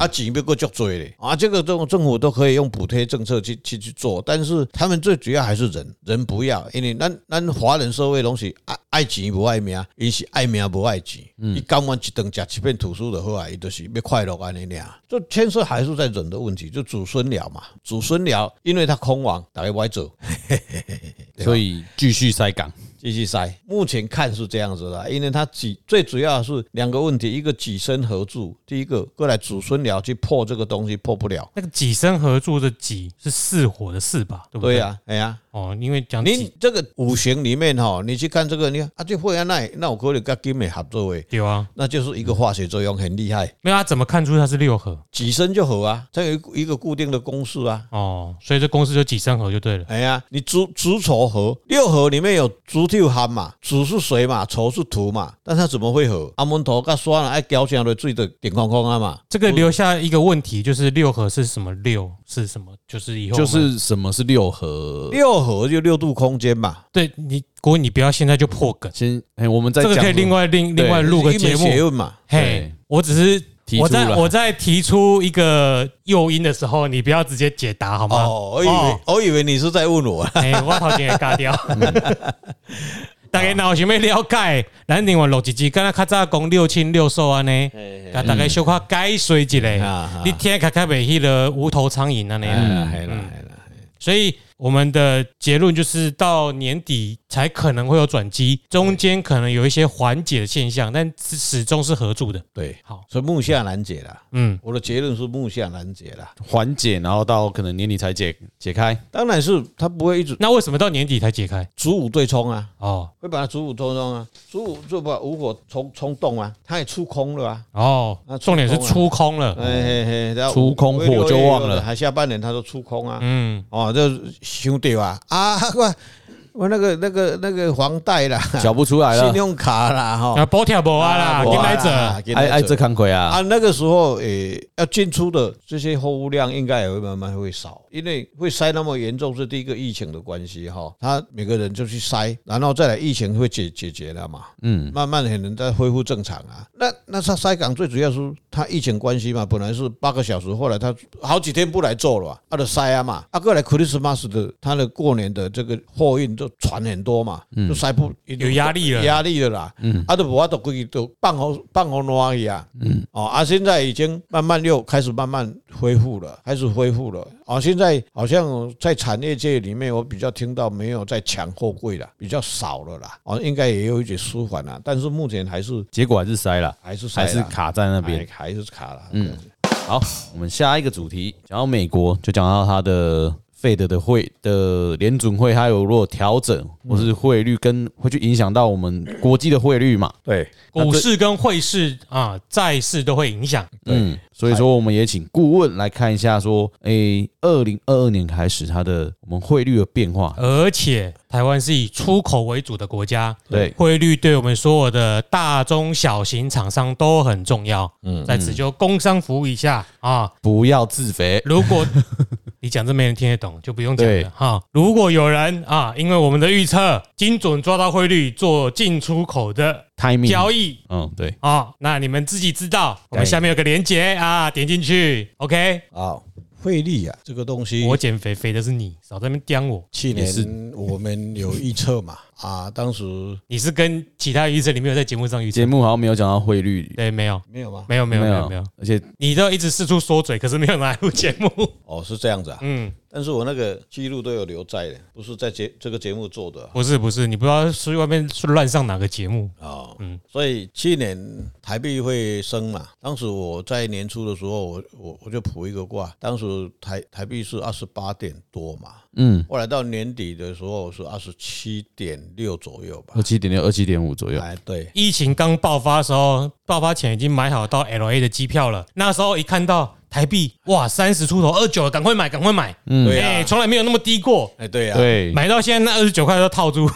S3: 啊钱要够足多咧，啊这个政政府都可以用补贴政策去去去做，但是他们最主要还是人，人不要，因为咱咱华人社会拢是爱爱钱不爱命，因是爱命不爱钱，伊甘愿一顿食一片吐司就好啊，伊就是要快乐安尼俩，就牵涉还是在人的问题，就祖孙了嘛，祖孙了，因为他空亡，大家歪走。
S1: 所以继续塞港。
S3: 继续塞。目前看是这样子的，因为它几最主要是两个问题，一个己身合住，第一个过来祖孙寮去破这个东西破不了。
S2: 那个己身合住的己是四火的四吧？对不
S3: 对
S2: 对？
S3: 呀、哎呀、
S2: 哦，因为讲
S3: 你
S2: 己
S3: 这个五行里面哈，你去看这个，你看啊，这会啊，那那我可能跟金美合作诶，
S2: 有啊，
S3: 那就是一个化学作用很厉害，
S2: 没有他怎么看出他是六合？
S3: 己身就合啊，它有一个一个固定的公式啊。
S2: 哦，所以这公司就己身合就对了。
S3: 哎呀，你足足丑合六合里面有足六寒嘛，足是水嘛，丑是土嘛，但它怎么会合？阿门头甲酸了，爱交上来水的点空空啊嘛，
S2: 这个留下一个问题，就是六合是什么？六是什么？就是以后我
S1: 就
S2: 们
S1: 是什么是六合？
S3: 六合就六度空间嘛，
S2: 对你，国你不要现在就破梗，
S1: 先，哎，我们再
S2: 这
S1: 讲
S2: 个
S1: 什么。
S2: 可以另外另另外录个
S3: 就是一
S2: 节
S3: 门
S2: 目。
S3: 学问嘛。
S2: 嘿
S1: 对，
S2: 我只是
S1: 提出
S2: 我在
S1: 了
S2: 我在提出一个诱因的时候，你不要直接解答好吗？
S3: 哦，我以为我以为你是在问我，啊
S2: 哎、我头前会尬掉。大家若有想要了解，咱另外录一集，敢若较早讲六亲六寿安尼，甲大家小可解说一下
S3: 啊，
S2: 哎你听较较袂迄个无头苍蝇安尼
S3: 哎
S2: 啊。
S3: 啦哎啦哎啦，
S2: 所以我们的结论就是，到年底才可能会有转机，中间可能有一些缓解的现象，但是始终是合住的。
S3: 对，
S2: 好，
S3: 所以目下难解啦。
S2: 嗯，
S3: 我的结论是目下难解啦。
S1: 缓解，然后到可能年底才解解开。
S3: 当然是它不会一直
S2: 那为什么到年底才解开？
S3: 主武对冲啊，
S2: 哦
S3: 会把它主武对冲啊，主武就把无火冲冲动啊，它也出空了啊。
S2: 哦
S3: 那，出
S2: 重
S3: 空了
S2: 点是出空了。
S3: 哎嘿嘿，然后
S1: 出空火就忘了
S3: 还下半年它都出空啊。
S2: 嗯，
S3: 哦，就兄弟啊啊，我我那个那个那个房贷啦，
S1: 缴不出来
S3: 信
S1: 了，
S3: 用卡啦哈，
S2: 啊，波跳波啊啦，
S3: 没
S2: 进
S3: 哦啊
S2: 来者。
S3: 进来
S1: 哎
S3: 者
S1: 哎，这看亏啊
S3: 啊，，那个时候诶、要进出的这些货物量应该也会慢慢会少，因为会塞那么严重是第一个疫情的关系哈，他每个人就去塞，然后再来疫情会解解决了嘛，
S1: 嗯，
S3: 慢慢很能再恢复正常啊。那那他塞港最主要是他疫情关系嘛，本来是八个小时，后来他好几天不来做了啊，他就塞啊嘛，啊，过来 Christmas 的他的过年的这个货运就船很多嘛，就塞不
S2: 有压力了
S3: 压力了啦，嗯，啊，都无法度规都放好放好暖去啊，嗯，哦，啊，现在已经慢慢又开始慢慢恢复了，开始恢复了，啊，现在好像在产业界里面，我比较听到没有在抢货柜了，比较少了啦，哦，应该也有一点舒缓了，但是目前还是
S1: 结果还是塞了，
S3: 还是
S1: 还
S3: 塞啦
S1: 是卡在那边
S2: 哎
S3: 还。还是卡了，
S1: 嗯
S3: 嗯，
S1: 好，我们下一个主题讲到美国，就讲到它的 Fed 的会的联准会，它有如果调整
S2: 嗯
S1: 或是汇率跟会去影响到我们国际的汇率嘛，
S3: 对，
S2: 股市跟汇市啊，债市都会影响。
S1: 嗯，所以说我们也请顾问来看一下，说，诶，二零二二年开始它的我们汇率的变化，
S2: 而且台湾是以出口为主的国家，
S1: 对
S2: 汇率对我们所有的大中小型厂商都很重要。嗯，在此就工商服务一下啊，
S1: 不要自肥，
S2: 如果你讲这没人听得懂，就不用讲
S1: 对
S2: 了哈。如果有人啊，因为我们的预测精准抓到汇率做进出口的
S1: timing
S2: 交易
S1: 嗯，对，
S2: 啊，那你们自己知道。我们
S1: 对
S2: 下面有个连接啊，点进去，OK。
S3: 啊，汇率啊，这个东西，
S2: 我减肥肥的是你，少在那边刁我。
S3: 去
S1: 也
S3: 年我们有预测嘛，啊，当时
S2: 你是跟其他预测里面有在节目上预测
S1: 节？目好像没有讲到汇率，
S2: 对，没有，
S3: 没有吗？
S2: 没有，没有，没有，没有。，
S1: 而且
S2: 你都一直四处说嘴，可是没有拿来录节目。
S3: 哦，是这样子啊，
S2: 嗯，
S3: 但是我那个记录都有留在的，不是在节这个节目做的啊
S2: 不是不是，你不知道出去外面是乱上哪个节目。
S3: 哦，嗯，所以去年台币会升嘛，当时我在年初的时候，我我我就卜一个卦，当时台台币是二十八点多嘛，
S1: 嗯，
S3: (laughs) 后来到年底的时候是二十七点六左右吧
S1: 二，七点六、二七点五左右，
S3: 哎，对，
S2: 疫情刚爆发的时候，爆发前已经买好到 L A 的机票了。那时候一看到台币，哇，三十出头，二九，赶快买，赶快买！
S1: 嗯
S3: 对
S2: 哎，
S3: 呀，
S2: 从来没有那么低过。
S3: 哎，对呀，
S1: 对，啊
S2: 买到现在那二十九块都套住，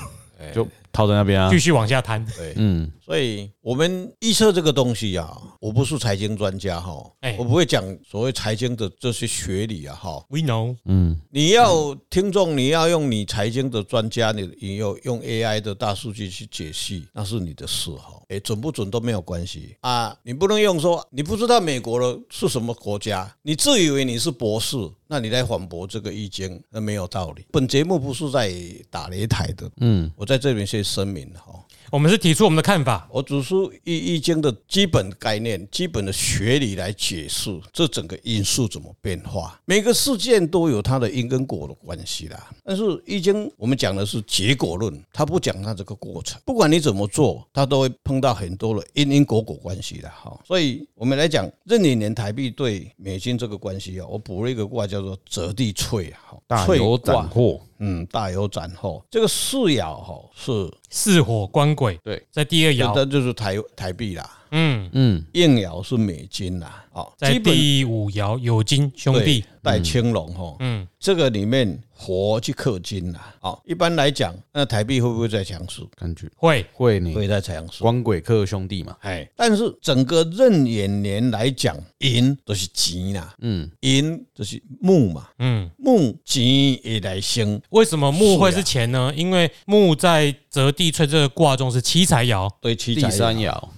S1: 就套在那边啊
S2: 哎继，续往下摊。
S3: 对，
S1: 嗯，
S3: 所以我们预测这个东西啊，我不是财经专家哈
S2: 哎，
S3: 我不会讲所谓财经的这些学理啊哈，
S2: We know，
S1: 嗯，
S3: 你要听众，你要用你财经的专家，你你要用 AI 的大数据去解析，那是你的事哈。诶，准不准都没有关系啊，你不能用说你不知道美国的是什么国家，你自以为你是博士，那你来反驳这个易经，那没有道理。本节目不是在打擂台的，嗯，我在这边先声明哈。
S2: 我们是提出我们的看法。
S3: 我只是以易经的基本概念、基本的学理来解释这整个因素怎么变化。每个事件都有它的因跟果的关系啦。但是易经我们讲的是结果论，它不讲它这个过程。不管你怎么做，它都会碰到很多的因因果果关系的哈。所以我们来讲壬寅年台币对美金这个关系啊，我补了一个卦叫做折地翠啊，
S1: 大
S3: 翠
S1: 有
S3: 卦
S1: 斩获，
S3: 嗯，大有斩获。这个四爻哈是
S2: 是火关鬼，
S1: 对，
S2: 在第二
S3: 这
S2: 爻，
S3: 就是台台币啦。
S2: 嗯，
S1: 嗯，
S3: 应爻是美金啦，哦，
S2: 在
S3: 基本
S2: 第五爻有金兄弟嗯
S3: 对，带青龙哈，嗯，这个里面火去克金啦，哦，一般来讲，那台币会不会在强势？
S1: 感觉
S2: 会
S1: 会呢，
S3: 会在强势，
S1: 光鬼克兄弟嘛，
S3: 哎，但是整个壬寅年来讲，寅都是吉啦，
S1: 嗯，
S3: 寅就是木嘛，
S2: 嗯，
S3: 木吉也来生，
S2: 为什么木会
S3: 是
S2: 是
S3: 啊
S2: 钱呢？因为木在择地吹这个卦中是七财爻，
S3: 对七
S1: 第
S3: 财
S1: 三
S3: 爻
S1: 爻，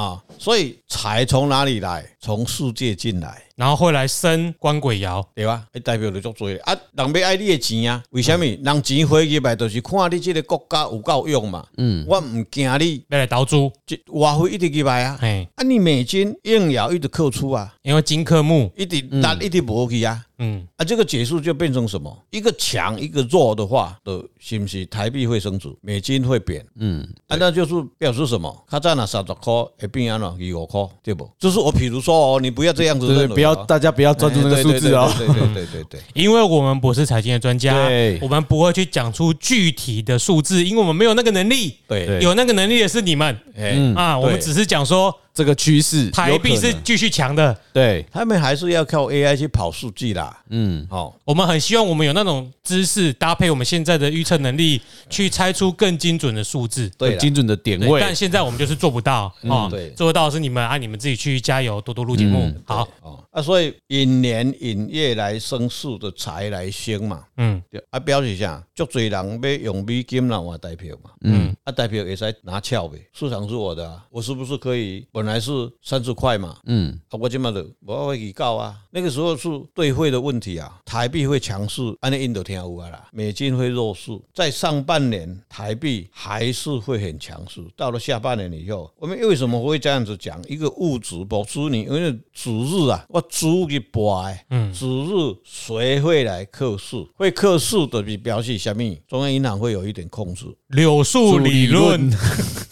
S3: 啊，所以财从哪里来？从世界进来。
S2: 然后会来生官鬼爻，
S3: 对吧？你代表你足多啊，人要爱你的钱啊，为什么？人钱花入来，就是看你这个国家有够用嘛。嗯，我唔惊你，
S2: 要来倒猪，
S3: 这外汇一直入来啊，
S2: 哎，
S3: 啊，你美金硬要一直扣出啊，
S2: 因为金克木，
S3: 一直拿一直无去啊。
S2: 嗯，
S3: 啊，这个解释就变成什么？一个强，一个弱的话，的是不是台币会升值，美金会贬？
S1: 嗯，
S3: 啊，那就是表示什么？他在那三十块，会变安了二五块，对不？就是我比如说哦，你不要这样子
S1: 对
S3: 认
S1: 对，
S3: 为哦，
S1: 不要大家不要专注那个数字哦
S3: 哎，对对对对对对对对。
S2: 因为我们不是财经的专家
S1: 对，
S2: 我们不会去讲出具体的数字，因为我们没有那个能力。
S3: 对
S1: 对
S2: 有那个能力的是你们
S3: 哎，
S2: 啊，我们
S3: 对
S2: 只是讲说
S1: 这个趋势
S2: 台币
S1: 有可
S2: 是
S1: 能
S2: 继续强的，
S1: 对，
S3: 他们还是要靠 AI 去跑数据啦。
S1: 嗯，
S3: 哦，
S2: 我们很希望我们有那种知识搭配我们现在的预测能力，去猜出更精准的数字。
S3: 对
S1: 很精
S3: 啦，
S1: 准的点
S2: 对
S1: 位
S2: 但，现在我们就是做不到
S1: 嗯
S2: 啊、
S3: 对
S2: 做得到的是你们啊，你们自己去加油，多多录节目。
S1: 嗯
S2: 好，
S3: 哦，啊，所以引年引月来生数的财来生嘛，
S2: 嗯，
S3: 啊，表示啥？足多人要用美金来换代票嘛，
S1: 嗯，
S3: 啊，代票也使拿翘呗，市场是我的、啊，我是不是可以？本来是三十块嘛，
S1: 嗯，
S3: 啊，我今嘛的我会预告啊，那个时候是对汇的问题啊，台币会强势，安尼印度听有啊啦，美金会弱势，在上半年台币还是会很强势，到了下半年以后，我们为什么会这样子讲？一个物质博主你因为主日啊，我主日博诶，嗯，主日谁会来克数？会克数的比表示什么？中央银行会有一点控制，
S2: 柳树理论，，
S1: (laughs)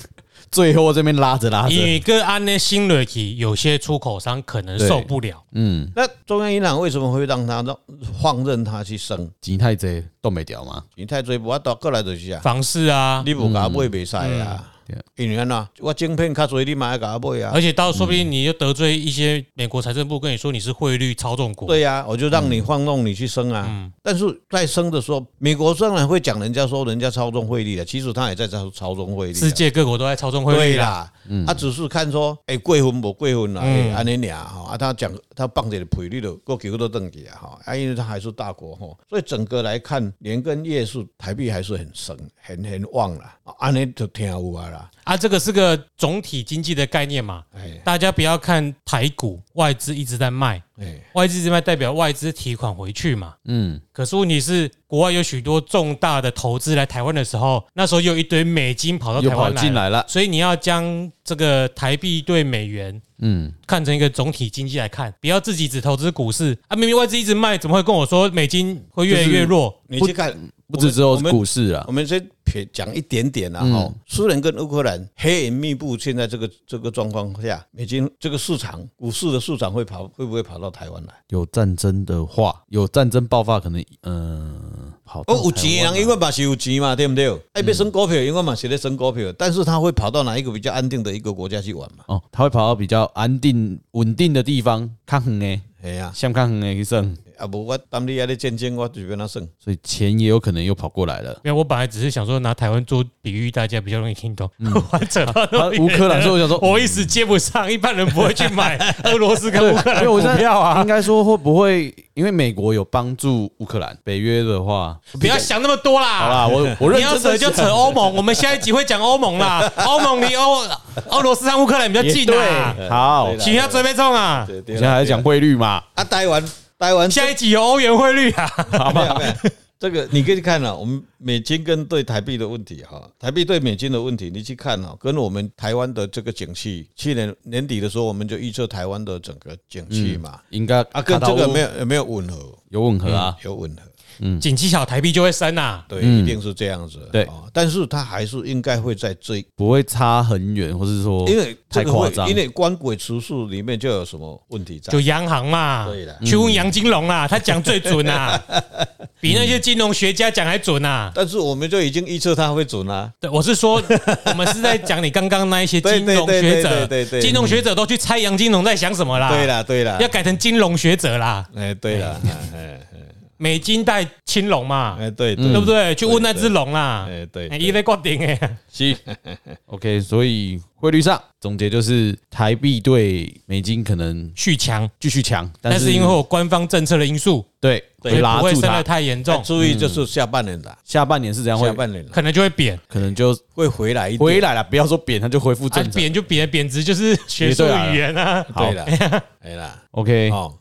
S1: 最后这边拉着拉
S2: 因
S1: 着，
S2: 为跟安内新瑞奇有些出口商可能受不了，
S1: 嗯，
S3: 那中央银行为什么会让它让放任它去升？
S1: 吉太贼动没掉嘛，
S2: 嗯
S3: 你太追不，我到过来就是啊。
S2: 房市啊，
S3: 你无甲买袂使啊。因为安那我晶片较侪，你嘛要甲我买啊
S2: 而。且到说不定你就得罪一些美国财政部，跟你说你是汇率操纵国。
S3: 对呀、我就让你放纵你去生啊。但是在生的时候，美国虽然会讲人家说人家操纵汇率的，其实他也在操操纵汇率啊。
S2: 世界各国都在操纵汇
S3: 对
S2: 率啦。
S3: 啦，
S1: 嗯
S3: 他只是看说，哎，贵婚不贵婚啦，哎，安尼俩哈，啊，他讲他放这个赔率的，过几个都登记啊哈，啊，因为他还是大国哈，所以整个来看，年跟月数台币还是很升，很很旺啦，啊安尼就听有啊啦，
S2: 啊，这个是个总体经济的概念嘛，
S3: 哎
S2: 大家不要看台股外资一直在卖，
S3: 哎，
S2: 外资一直卖代表外资提款回去嘛。
S1: 嗯，
S2: 可是问题是，国外有许多重大的投资来台湾的时候，那时候又有一堆美金跑到
S1: 嗯又
S2: 台
S1: 跑
S2: 湾
S1: 进
S2: 来
S1: 来
S2: 了，
S1: 了，
S2: 所以你要将这个台币对美元
S1: 嗯，
S2: 看成一个总体经济来看，不要自己只投资股市啊！明明外资一直卖，怎么会跟我说美金会越来越弱？
S3: 你去看，
S1: 不止只有
S3: 我们
S1: 股市嗯啊
S3: 我，们先撇讲一点点啦哈，苏联跟乌克兰黑云密布，现在这个这个状况下，美金这个市场股市的市场会跑会不会跑到台湾来？
S1: 有战争的话，有战争爆发，可能嗯，好到
S3: 哦，有
S1: 台
S3: 钱的
S1: 湾嗯
S3: 人因为嘛是有钱嘛，对不对？哎，别升股票，因为嘛是咧升股票，但是他会跑到哪一个比较安定的一个国家去玩嘛？
S1: 哦，他会跑到比较安定、稳定的地方，看远呢，
S3: 哎呀，
S1: 像看远呢去算，
S3: 啊不，我当你还咧战争，我就跟他算。
S1: 所以钱也有可能又跑过来
S3: (laughs)
S1: 了。
S2: 因为我本来只是想说拿台湾做比喻，大家比较容易听懂。 (laughs) 我扯到那
S1: 他
S2: 么远
S1: 乌克兰，嗯所以我想说，
S2: 我一时接不上，一般人不会去买俄罗斯跟乌克
S1: (laughs) 因 (laughs)
S2: 兰
S1: 为我
S2: 股
S1: 在
S2: 票啊
S1: 应！该说会不会，因为美国有帮助乌克兰，北约的话，
S2: 不要想那么多
S3: 啊
S2: 啦！
S1: 好啦，我
S3: (laughs)
S1: 我认
S2: 你要
S1: 真的
S2: 扯就扯欧盟，我们下一集会讲欧
S1: (laughs)
S2: 盟啦。欧盟离欧俄罗斯和乌克兰比较近啊，
S1: 对，好，
S3: 对啦
S2: 其他准备中啊。
S3: 对对
S1: 现在还在讲汇率嘛，
S3: 啊，台湾，
S1: (laughs)
S3: 台湾
S2: 下一集有欧元汇率啊，
S3: 好嘛？没有这个你可以去看了、哦我们美金跟对台币的问题哈，台币对美金的问题，你去看哈、跟我们台湾的这个景气，去年年底的时候我们就预测台湾的整个景气嘛，
S1: 嗯应该
S3: 啊，跟这
S1: 卡
S3: 个
S1: 到
S3: 没有嗯没有吻合，
S1: 有吻合啊，
S3: 有吻合。
S2: 景气小，台币就会升啊。
S3: 对，
S1: 嗯
S3: 一定是这样子。
S1: 对
S3: 哦，但是它还是应该会在这，
S1: 不会差很远，或是说
S3: 因为这
S1: 太
S3: 个
S1: 夸
S3: 会，
S1: 张
S3: 因，为官鬼除数里面就有什么问题在
S2: 就。央行嘛，
S3: 对啦
S2: 去问杨金龙啦，他讲最准啊，比那些金融学家讲还准啊。
S3: 但是我们就已经预测它会准啊啦。
S2: 对，我是说，我们是在讲你刚刚那一些
S3: 对
S2: 金融
S3: 对对
S2: 学
S3: 对对
S2: 者
S3: 对对，
S2: 金融学者都去猜杨金龙在想什么啦。
S3: 对，啦，对啦
S2: 啊要，改成金融学者啦，
S3: 哎，对啦，哎
S2: 美金带青龙嘛，
S3: 哎，对
S2: 对
S3: 对
S2: 不对？去问那只龙啦，
S3: 哎对
S2: 哎
S3: 对
S2: 一类挂顶哎，
S1: 是 OK，所以汇率上总结就是台币对美金可能
S2: (laughs) 续强，
S1: 继续强，
S2: 但是因为有官方政策的因素，
S1: 对
S2: 所以
S1: 会拉
S2: 不会
S1: 住
S2: 升
S1: 它
S2: 的，太严
S3: 要
S2: 重，
S3: 注意就是下半年啦，
S1: 下半年是怎样嗯
S3: 下
S1: 会
S3: 半年啦
S2: 可能就会贬。
S1: 可能就
S3: 会回来一点。
S1: 回来了，不要说贬，它就恢复
S2: 啊
S1: 正，常。
S2: 贬就贬，贬值就是学术
S1: 也对啊
S2: 语言啊。
S3: 对啦， (laughs) 哎啦，
S1: OK，
S3: 哦，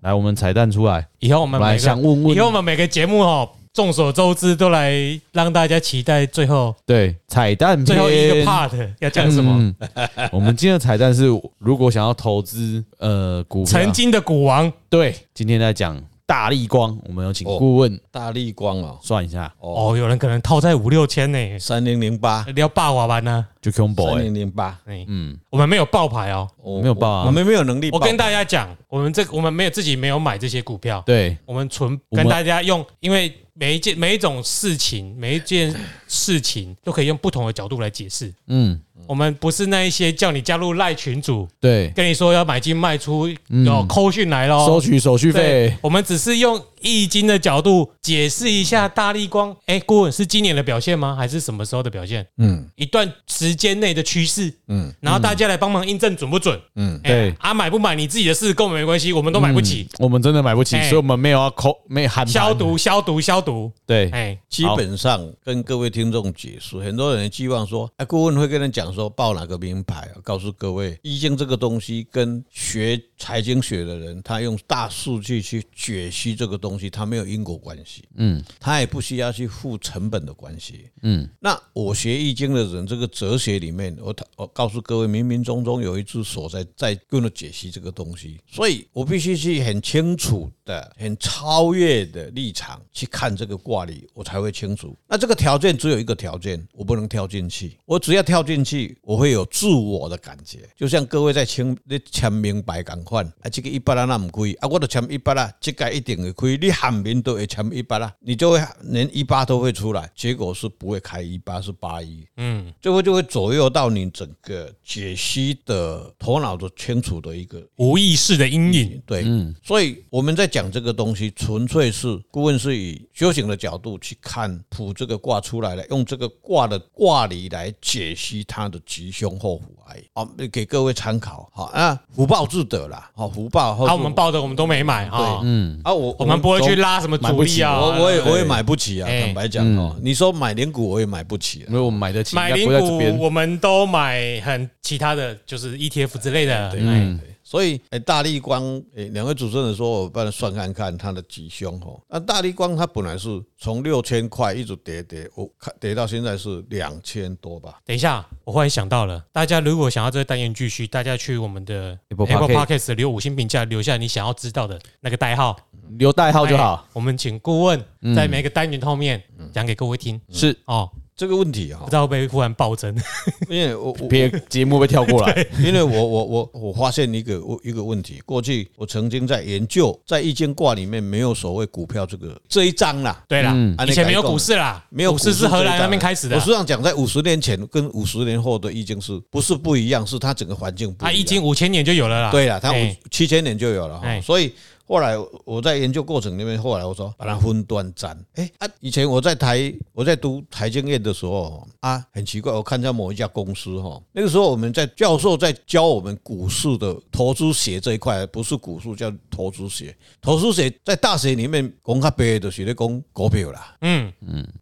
S1: 来我们彩蛋出来，
S2: 以后我
S1: 我
S2: 们
S1: 们来
S2: 每个
S1: 想问
S2: 以后我
S1: 问，
S2: 们每个节目哦，众所周知都来让大家期待最后
S1: 对彩蛋
S2: 最后一个
S1: 篇
S2: part 要讲什么？
S1: 嗯我们今天的彩蛋是，如果想要投资呃股票，
S2: 曾经的股王
S1: 对，今天在讲大力光，我们有请
S3: 哦
S1: 顾问
S3: 大力光哦，
S1: 算一下，
S3: 哦，
S2: 哦，有人可能套在五六千呢，
S3: 三零零八，
S2: 聊霸王玩呢。
S1: 就 combo
S3: 三
S1: 哎，
S3: 零零八，
S2: 嗯，我们没有爆牌哦。
S3: 哦
S1: 没有报啊
S3: 我们没有能力报。
S2: 我跟大家讲，我们这我们没有自己没有买这些股票，
S1: 对，
S2: 我们纯
S1: 我们
S2: 跟大家用，因为每一件每一种事情，每一件事情都可以用不同的角度来解释。
S1: 嗯，
S2: 我们不是那一些叫你加入赖群组，
S1: 对，
S2: 跟你说要买进卖出，
S3: 嗯
S2: 有扣讯来咯，
S1: 收取手续
S2: 哦对
S1: 费，，嗯
S2: 我们只是用易经的角度解释一下大力光。哎，顾问是今年的表现吗？还是什么时候的表现？
S3: 嗯
S2: 一段时间内的趋势，
S3: 嗯
S2: 然后大家来帮忙印证准不准？
S3: 嗯，
S2: 哎
S1: 对
S2: 啊，买不买你自己的事，跟我们没关系，我们都买不起。
S1: 我们真的买不起，
S2: 哎
S1: 所以我们没有要扣，没有
S3: 嗯
S1: 喊盘
S2: 消，毒，消毒，消毒。
S1: 对，
S2: 哎，
S3: 基本上跟各位听众解释，很多人希望说，哎，顾问会跟人讲说报哪个名牌啊？告诉各位，易经这个东西跟学财经学的人，他用大数据去解析这个东西，他没有因果关系，
S1: 嗯
S3: 他也不需要去付成本的关系。
S1: 嗯，
S3: 那我学易经的人，这个哲学里面，我我告诉各位，冥冥中中有一只手在在跟我解析这个东西，所以我必须去很清楚的、很超越的立场去看这个卦理，我才会会清楚。那这个条件只有一个条件，我不能跳进去。我只要跳进去，我会有自我的感觉，就像各位在签在签名牌共款，啊，这个一百啊那唔开，啊，我都签一百啊，这个一定会开，你喊名都会签一百啊，你就会连一八都会出来，结果是不会开一八，是八一，
S2: 嗯，
S3: 最后就会左右到你整个解析的头脑的清楚的一个
S2: 无意识的阴影，
S3: 对，所以我们在讲这个东西，纯粹是顾问是以修行的角度去看卜这个卦出来了，用这个卦的卦理来解析它的吉凶祸福而已。好，给各位参考。好啊，福报自得啦。好，福报后
S2: 啊，我们报的我们都没买啊，
S3: 啊，我
S2: 我们不会去拉什么
S3: 买
S2: 主
S3: 不
S2: 力
S3: 起，
S2: 啊，
S3: 我我也我也买不起啊。
S2: 哎
S3: 坦白讲哦，你说买零股我也买不起啊
S1: 因。为我们买得起，
S2: 买
S1: 应该
S2: 零
S1: 不会在这边
S2: 股，。我们都买很其他的就是 ETF 之类的，嗯，
S3: 哎所以，哎，大力光，哎，两位主持人说，我帮他算看看他的吉凶哦。那大力光它本来是从六千块一直跌跌，我看跌到现在是两千多吧。
S2: 等一下，我忽然想到了，大家如果想要这个单元继续，大家去我们的
S1: Apple
S2: Podcast 留五星评价，留下你想要知道的那个代号，
S1: 留代号就好
S2: 哎。。我们请顾问在每个单元后面
S3: 嗯
S2: 讲给各位听
S1: 是
S2: 哦，
S3: 这个问题哈
S2: (laughs) 不知，道会不会忽然暴增？ (laughs)
S3: 因为我我
S1: 别节目被跳过来，
S3: 因为我我我我发现一个我一个问题，过去我曾经在研究，在易经卦里面没有所谓股票这个这一章啦，
S2: 对啦，
S3: 啊
S2: 以前没有
S3: 你改动
S2: 股市啦，
S3: 没有
S2: 股市
S3: 这
S2: 是
S3: 一
S2: 荷兰
S3: 章
S2: 那边开始的
S3: 我
S2: 啊
S3: 实际上讲，在五十年前跟五十年后的易经是不是不一样？是它整个环境不一
S2: 啊，
S3: 样。
S2: 已经五千年就有了啦。
S3: 对了，它五
S2: 哎
S3: 七千年就有了哈
S2: 哎，
S3: 所以后来我在研究过程里面，后来我说把它分段占。哎啊，以前我在台我在读财经院的时候啊，很奇怪，我看到某一家公司哈，那个时候我们在教授在教我们股市的投资学这一块，不是股市叫投资学，投资学在大学里面讲较白的就是咧讲股票啦。
S2: 嗯，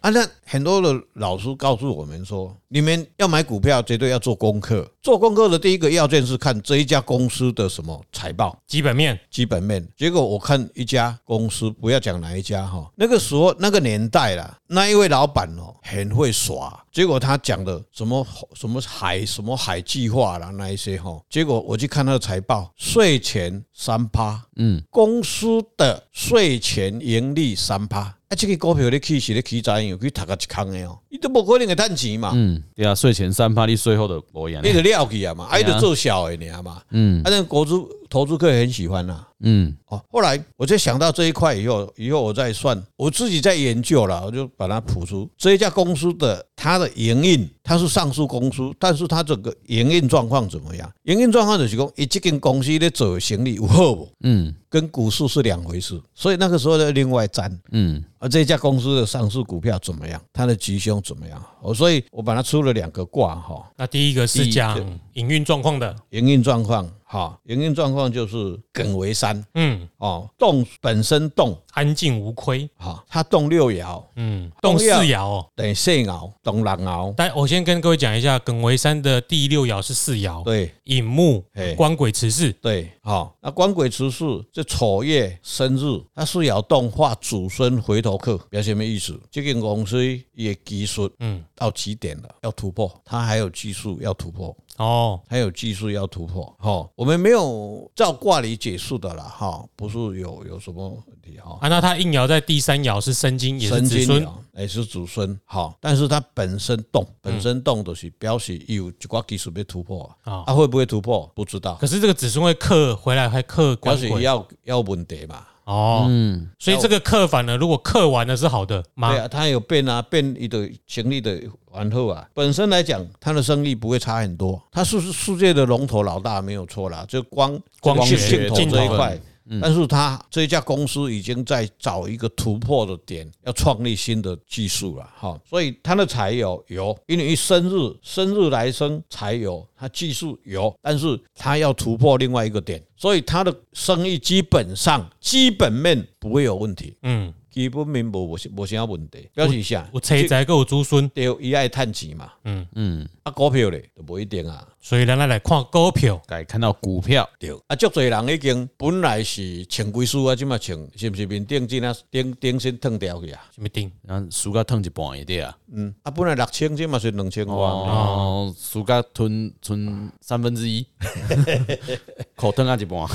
S3: 啊，那很多的老师告诉我们说，你们要买股票，绝对要做功课。做功课的第一个要件是看这一家公司的什么财报。
S2: 基本面
S3: 基本面，结果我看一家公司，不要讲哪一家哈，那个时候那个年代啦，那一位老板哦很会耍，结果他讲的什么什么海什么海计划啦那一些哈，结果我去看他的财报，税前三趴，
S1: 嗯，
S3: 公司的税前盈利三趴，啊，这个股票你起是咧起怎样，去读个一空的哦，你都不可能会赚钱嘛，
S1: 嗯，对啊，税前三趴，你税后的博眼
S3: 你，得了去啊嘛，啊，你
S1: 对啊
S3: 得做小的尔嘛，
S1: 嗯
S3: 啊，那国资投资客很喜欢呐、
S1: 嗯，
S3: 哦，后来我就想到这一块以后，以后我再算，我自己在研究了，我就把它谱出这一家公司的它的营运，它是上市公司，但是它整个营运状况怎么样？营运状况就是讲，一这间公司的走行李有好不？
S1: 嗯
S3: 跟股市是两回事，所以那个时候呢，另外占
S1: 嗯，
S3: 而啊这家公司的上市股票怎么样，它的吉凶怎么样？哦，所以我把它出了两个卦哈，
S2: 那第一个是
S3: 第一
S2: 讲
S3: 个
S2: 营运状况的，
S3: 营运状况哈，营运状况就是艮为山
S2: 嗯，
S3: 哦，动本身动
S2: 安静无亏，
S3: 哈，它动六爻。
S2: 嗯，
S3: 动
S2: 动四爻
S3: 摇
S2: 哦。
S3: 等于四爻、东南爻，
S2: 但我先跟各位讲一下，耿为山的第六爻是四爻，
S3: 对
S2: 寅木
S3: 嘿、
S2: 官鬼、持事。
S3: 对，好、那官鬼持世，这丑月生日，它是爻动化祖孙回头客，表示什么意思？这间公司也技术
S2: 嗯，
S3: 到极点了，要突破，它还有技术要突破。
S2: 哦，
S3: 还有技术要突破，哈、我们没有照卦理解释的啦，哈、不是有有什么问题哈、
S2: 啊，那他应爻在第三爻是申金，也是
S3: 神
S2: 子
S3: 经
S2: 孙嗯
S3: 鸟，也是子孙，哈，但是它本身动，本身动的是表示有一寡技术要突破
S2: 哦
S3: 啊，它会不会突破不知道，
S2: 可是这个子孙会克回来，还克
S3: 表
S2: 官
S3: 示
S2: 鬼
S3: 要要问题嘛，
S2: 哦，嗯，所以这个克反而如果克完了是好的
S3: 对
S2: 吗？
S3: 啊，它有变啊，变你的行李的完后啊，本身来讲，它的生意不会差很多，它是世界的龙头老大没有错啦，就光
S2: 光
S3: 是
S2: 学
S3: 镜头
S2: 镜头嗯
S3: 这一块。但是它这一家公司已经在找一个突破的点，要创立新的技术了哈，所以它的财有有，因为生日生日来生财有，它技术有，但是它要突破另外一个点，所以它的生意基本上基本面不会有问题。
S2: 嗯，
S3: 基本面无无无啥问题，表示一下，
S2: 我车仔跟我子孙，
S3: 对，伊爱趁钱嘛，
S2: 嗯
S3: 嗯，啊股票咧就无一定啊，
S2: 所以咱来来看股票，
S1: 该看到股票，
S3: 对，啊足侪人已经本来是穿几束啊，即嘛穿是毋是面顶即啊顶顶身褪掉去啊，
S2: 什么定？
S1: 然后输到吞一半也对啊，
S3: 嗯，啊本来六千即嘛是两千啊外，
S1: 哦，输到吞吞三分之 (laughs) 一，口吞啊一半，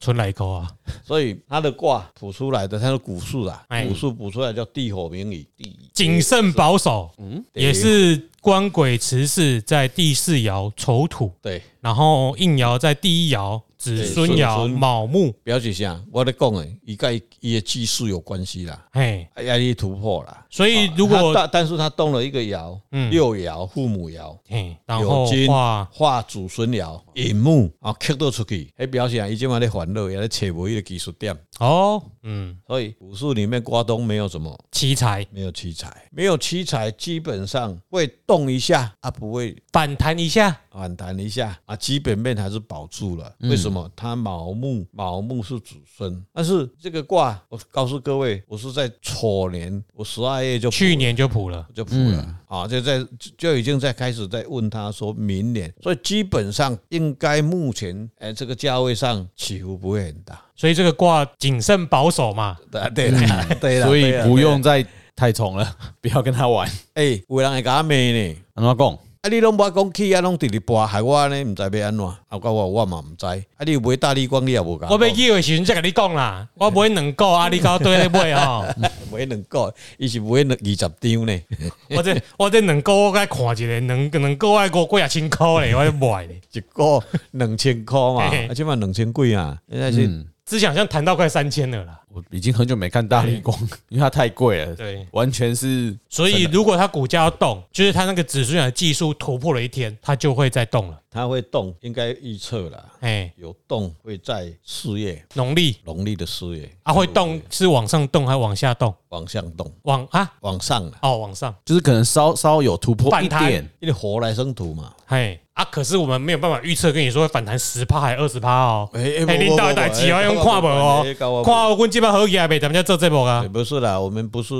S2: 春来口啊，
S3: 所以他的卦卜出来的，他的股数啊
S2: 哎，
S3: 股数卜出来叫地火明夷，地
S2: 谨慎保守，
S3: 嗯
S2: 也是官鬼持氏在第四爻丑土，
S3: 对，
S2: 然后应爻在第一爻子孙爻
S3: 对孙
S2: 卯木，
S3: 表姐下，我在讲诶，伊甲伊伊的技术有关系啦，
S2: 嘿，
S3: 压力突破啦。哦
S2: 所以如
S3: 他
S2: 果
S3: 但但是他动了一个爻，
S2: 嗯
S3: 六爻、父母爻、
S2: 嘿，然
S3: 有
S2: 后
S3: 金
S2: 画
S3: 画祖孙爻、引木啊，刻到出去，迄表示啊，伊即嘛咧烦恼，也咧找无伊个技术点，
S2: 哦，嗯，
S3: 所以武术里面刮东没有什么。
S2: 奇才
S3: 没有七彩，没有七彩，基本上会动一下啊，不会
S2: 反弹一下，
S3: 反弹一下啊，基本面还是保住了。
S2: 嗯
S3: 为什么？它卯木，卯木是祖孙，但是这个卦，我告诉各位，我是在丑年，我十二月就卜
S2: 去年就普了，
S3: 就卜
S1: 嗯
S3: 了、啊，就在就就已经在开始在问他说明年，所以基本上应该目前哎这个价位上起伏不会很大。
S2: 所以这个卦谨慎保守嘛，
S3: 对啊对啦， (laughs) 对
S1: 嗯
S3: 啦，
S1: 所以
S3: 对啦
S1: 不用再太宠了， (laughs) 不要跟他玩。
S3: 哎，有人会甲我骂呢。
S1: 安怎讲？
S3: 啊，你拢无讲起啊，拢直直播，害我呢，毋知要安怎，啊，我我我嘛毋知，啊，你有买大力光，你也无讲，
S2: 我要叫的时阵再跟你讲啦，我买两个啊，你哦搞对咧买
S3: (laughs)
S2: 吼，
S3: 哦买两个，伊是买两二十张呢， (laughs)
S2: 我这我这两个我该看一下，两两个爱五几啊千块咧，我就买咧。
S3: 一个两千箍嘛，
S2: 嘿嘿
S3: 啊，即嘛两千几啊，现在是
S1: 嗯，
S2: 之前好像谈到快三千了啦，
S1: 我已经很久没看大力光，因为它太贵了，
S2: 对，
S1: 完全是
S2: 所以如果它股价要动，就是它那个指数的技术突破了一天，它就会再动了。
S3: 它会动，应该预测啦，
S2: 哎，
S3: 有动会在四月，
S2: 农历
S3: 农历的四月
S2: 啊会动是往上动还是往下动？
S3: 往上动，
S2: 往啊
S3: 往上啦，
S2: 哦往上，
S1: 就是可能稍稍有突破一
S2: 反弹
S1: 点，
S3: 因为火来生土嘛，
S2: 嘿啊，可是我们没有办法预测，跟你说会反弹十趴还二十趴哦。
S3: 哎
S2: 哎，领导代志哦，用看无哦，看
S3: 看。
S2: 我阮即摆好起来袂，咱们就做这目啊
S3: 哎，不是啦，我们不是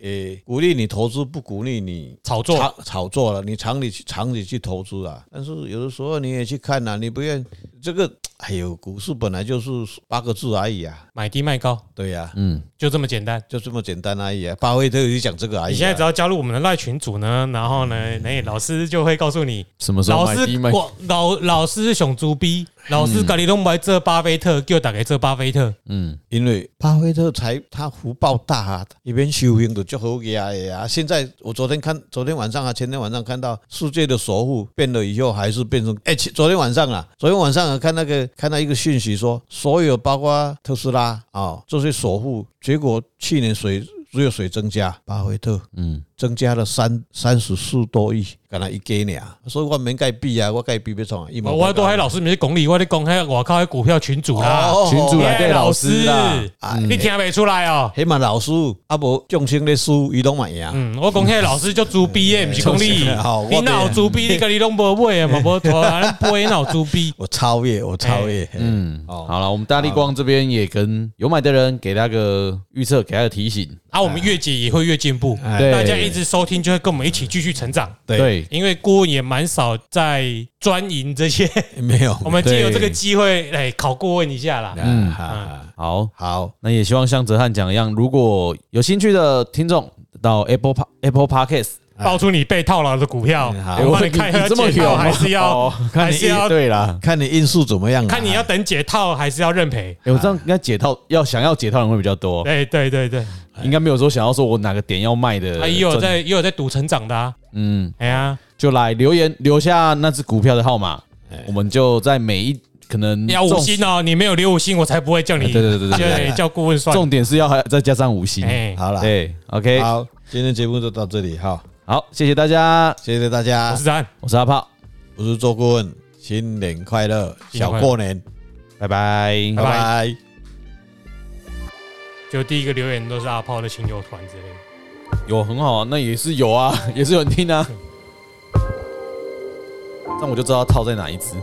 S3: 诶、鼓励你投资，不鼓励你
S2: 炒作
S3: 炒炒作了，你厂里去厂里去投资啊。但是有的时候你也去看呐、你不愿这个，哎呦，股市本来就是八个字而已啊，
S2: 买低卖高，
S3: 对呀、
S1: 嗯，
S2: 就这么简单。
S3: 就这么简单而已啊。巴菲特也讲这个而
S2: 你
S3: 已、
S2: 现在只
S3: 啊。
S2: 要加入我们的赖群组呢，然后呢，那老师就会告诉你
S1: 什么时候
S2: 老
S1: 买
S2: 师
S1: 低卖？
S2: 我老老师是熊猪逼，老师家己拢买做巴菲特，叫大家做巴菲特。
S1: 嗯，
S3: 因为巴菲特才他福报大啊，一边修行的就好给啊呀。现在我昨天看，昨天晚上啊，前天晚上看到世界的首富变了以后，还是变成哎、其昨天晚上啊，昨天晚上啊，看那个看到一个讯息说，所有包括特斯拉啊、这些首富，结果去年水只有水增加，巴菲特
S1: 嗯，
S3: 增加了三三十四多亿，敢若一给你啊，所以我免盖币啊，我盖币要创啊，一毛
S2: 哦我都还老啊师不是讲你，我咧讲迄外口迄股票群主
S3: 哦
S2: 啦，
S1: 群主
S2: 哎
S1: 来对老师啦，
S3: 哎
S2: 啊你听袂出来哦？
S3: 迄嘛老师，啊无众生咧输，伊拢嘛赢。
S2: 嗯，我讲迄老师就猪逼诶，毋是讲你
S3: 就是好，
S2: 你
S3: 我
S2: 哪有猪逼，你家己拢无买啊，嘛无拖
S1: (laughs)
S2: 啊，你买哪有猪逼？
S3: 我超
S2: 哎
S3: 越，我超越。嗯，
S1: 嗯，
S3: 哦
S1: 好了，我们大力光这边也跟有买的人给他个预测，给他个提醒。
S2: 啊，我们越解也会越进步，
S1: 哎对
S2: 大家一直收听就会跟我们一起继续成长。
S3: 哎对，
S2: 因为郭文也蛮少在专营这些，
S3: 没有。
S2: 我们借由
S1: 对哎
S2: 这个机会来考顾问一下啦。
S3: 嗯，好
S1: 好，
S3: 好，
S1: 那也希望像泽汉讲一样，如果有兴趣的听众到 Apple Pa- Apple Podcast，
S2: 爆出你被套牢的股票，
S3: 嗯好
S1: 哎
S2: 我帮你看一下
S1: 你这么
S2: 解套
S1: 远
S2: 还是要
S1: 哦看
S2: 还
S1: 你
S2: 是要
S1: 对啦。
S3: 看你因素怎么样啊？
S2: 看你要等解套还是要认赔？
S1: 哎、我这样应该解套，要想要解套的人会比较多，
S2: 对对对对，
S1: 应该没有说想要说我哪个点要卖的。
S2: 他啊也有哎在也有在赌成长的啊，
S1: 嗯，
S2: 哎呀，
S1: 就来留言留下那只股票的号码，我们就在每一可能
S2: 哎要五
S1: 重
S2: 星哦，你没有留五星，我才不会叫你，
S1: 嗯哎对对对对对
S2: 叫顾问算，
S1: 重点是要还再加上五星。
S2: 哎，
S3: 好了，
S1: 对，OK，
S3: 好，今天节目就到这里哈，
S1: 好，谢谢大家，
S3: 谢谢大
S2: 我
S3: 家
S2: 是。詹，
S1: 我是阿炮，
S3: 我是周顾问，新年快乐，
S2: 新年
S3: 小
S2: 快乐
S3: 过年，
S1: 拜拜
S3: 拜
S2: 拜
S3: 拜。
S2: 就第一个留言都是阿炮的亲友团之类的。
S1: 有很好啊， (laughs) 那也是有啊，也是有人听啊。那我就知道套在哪一只。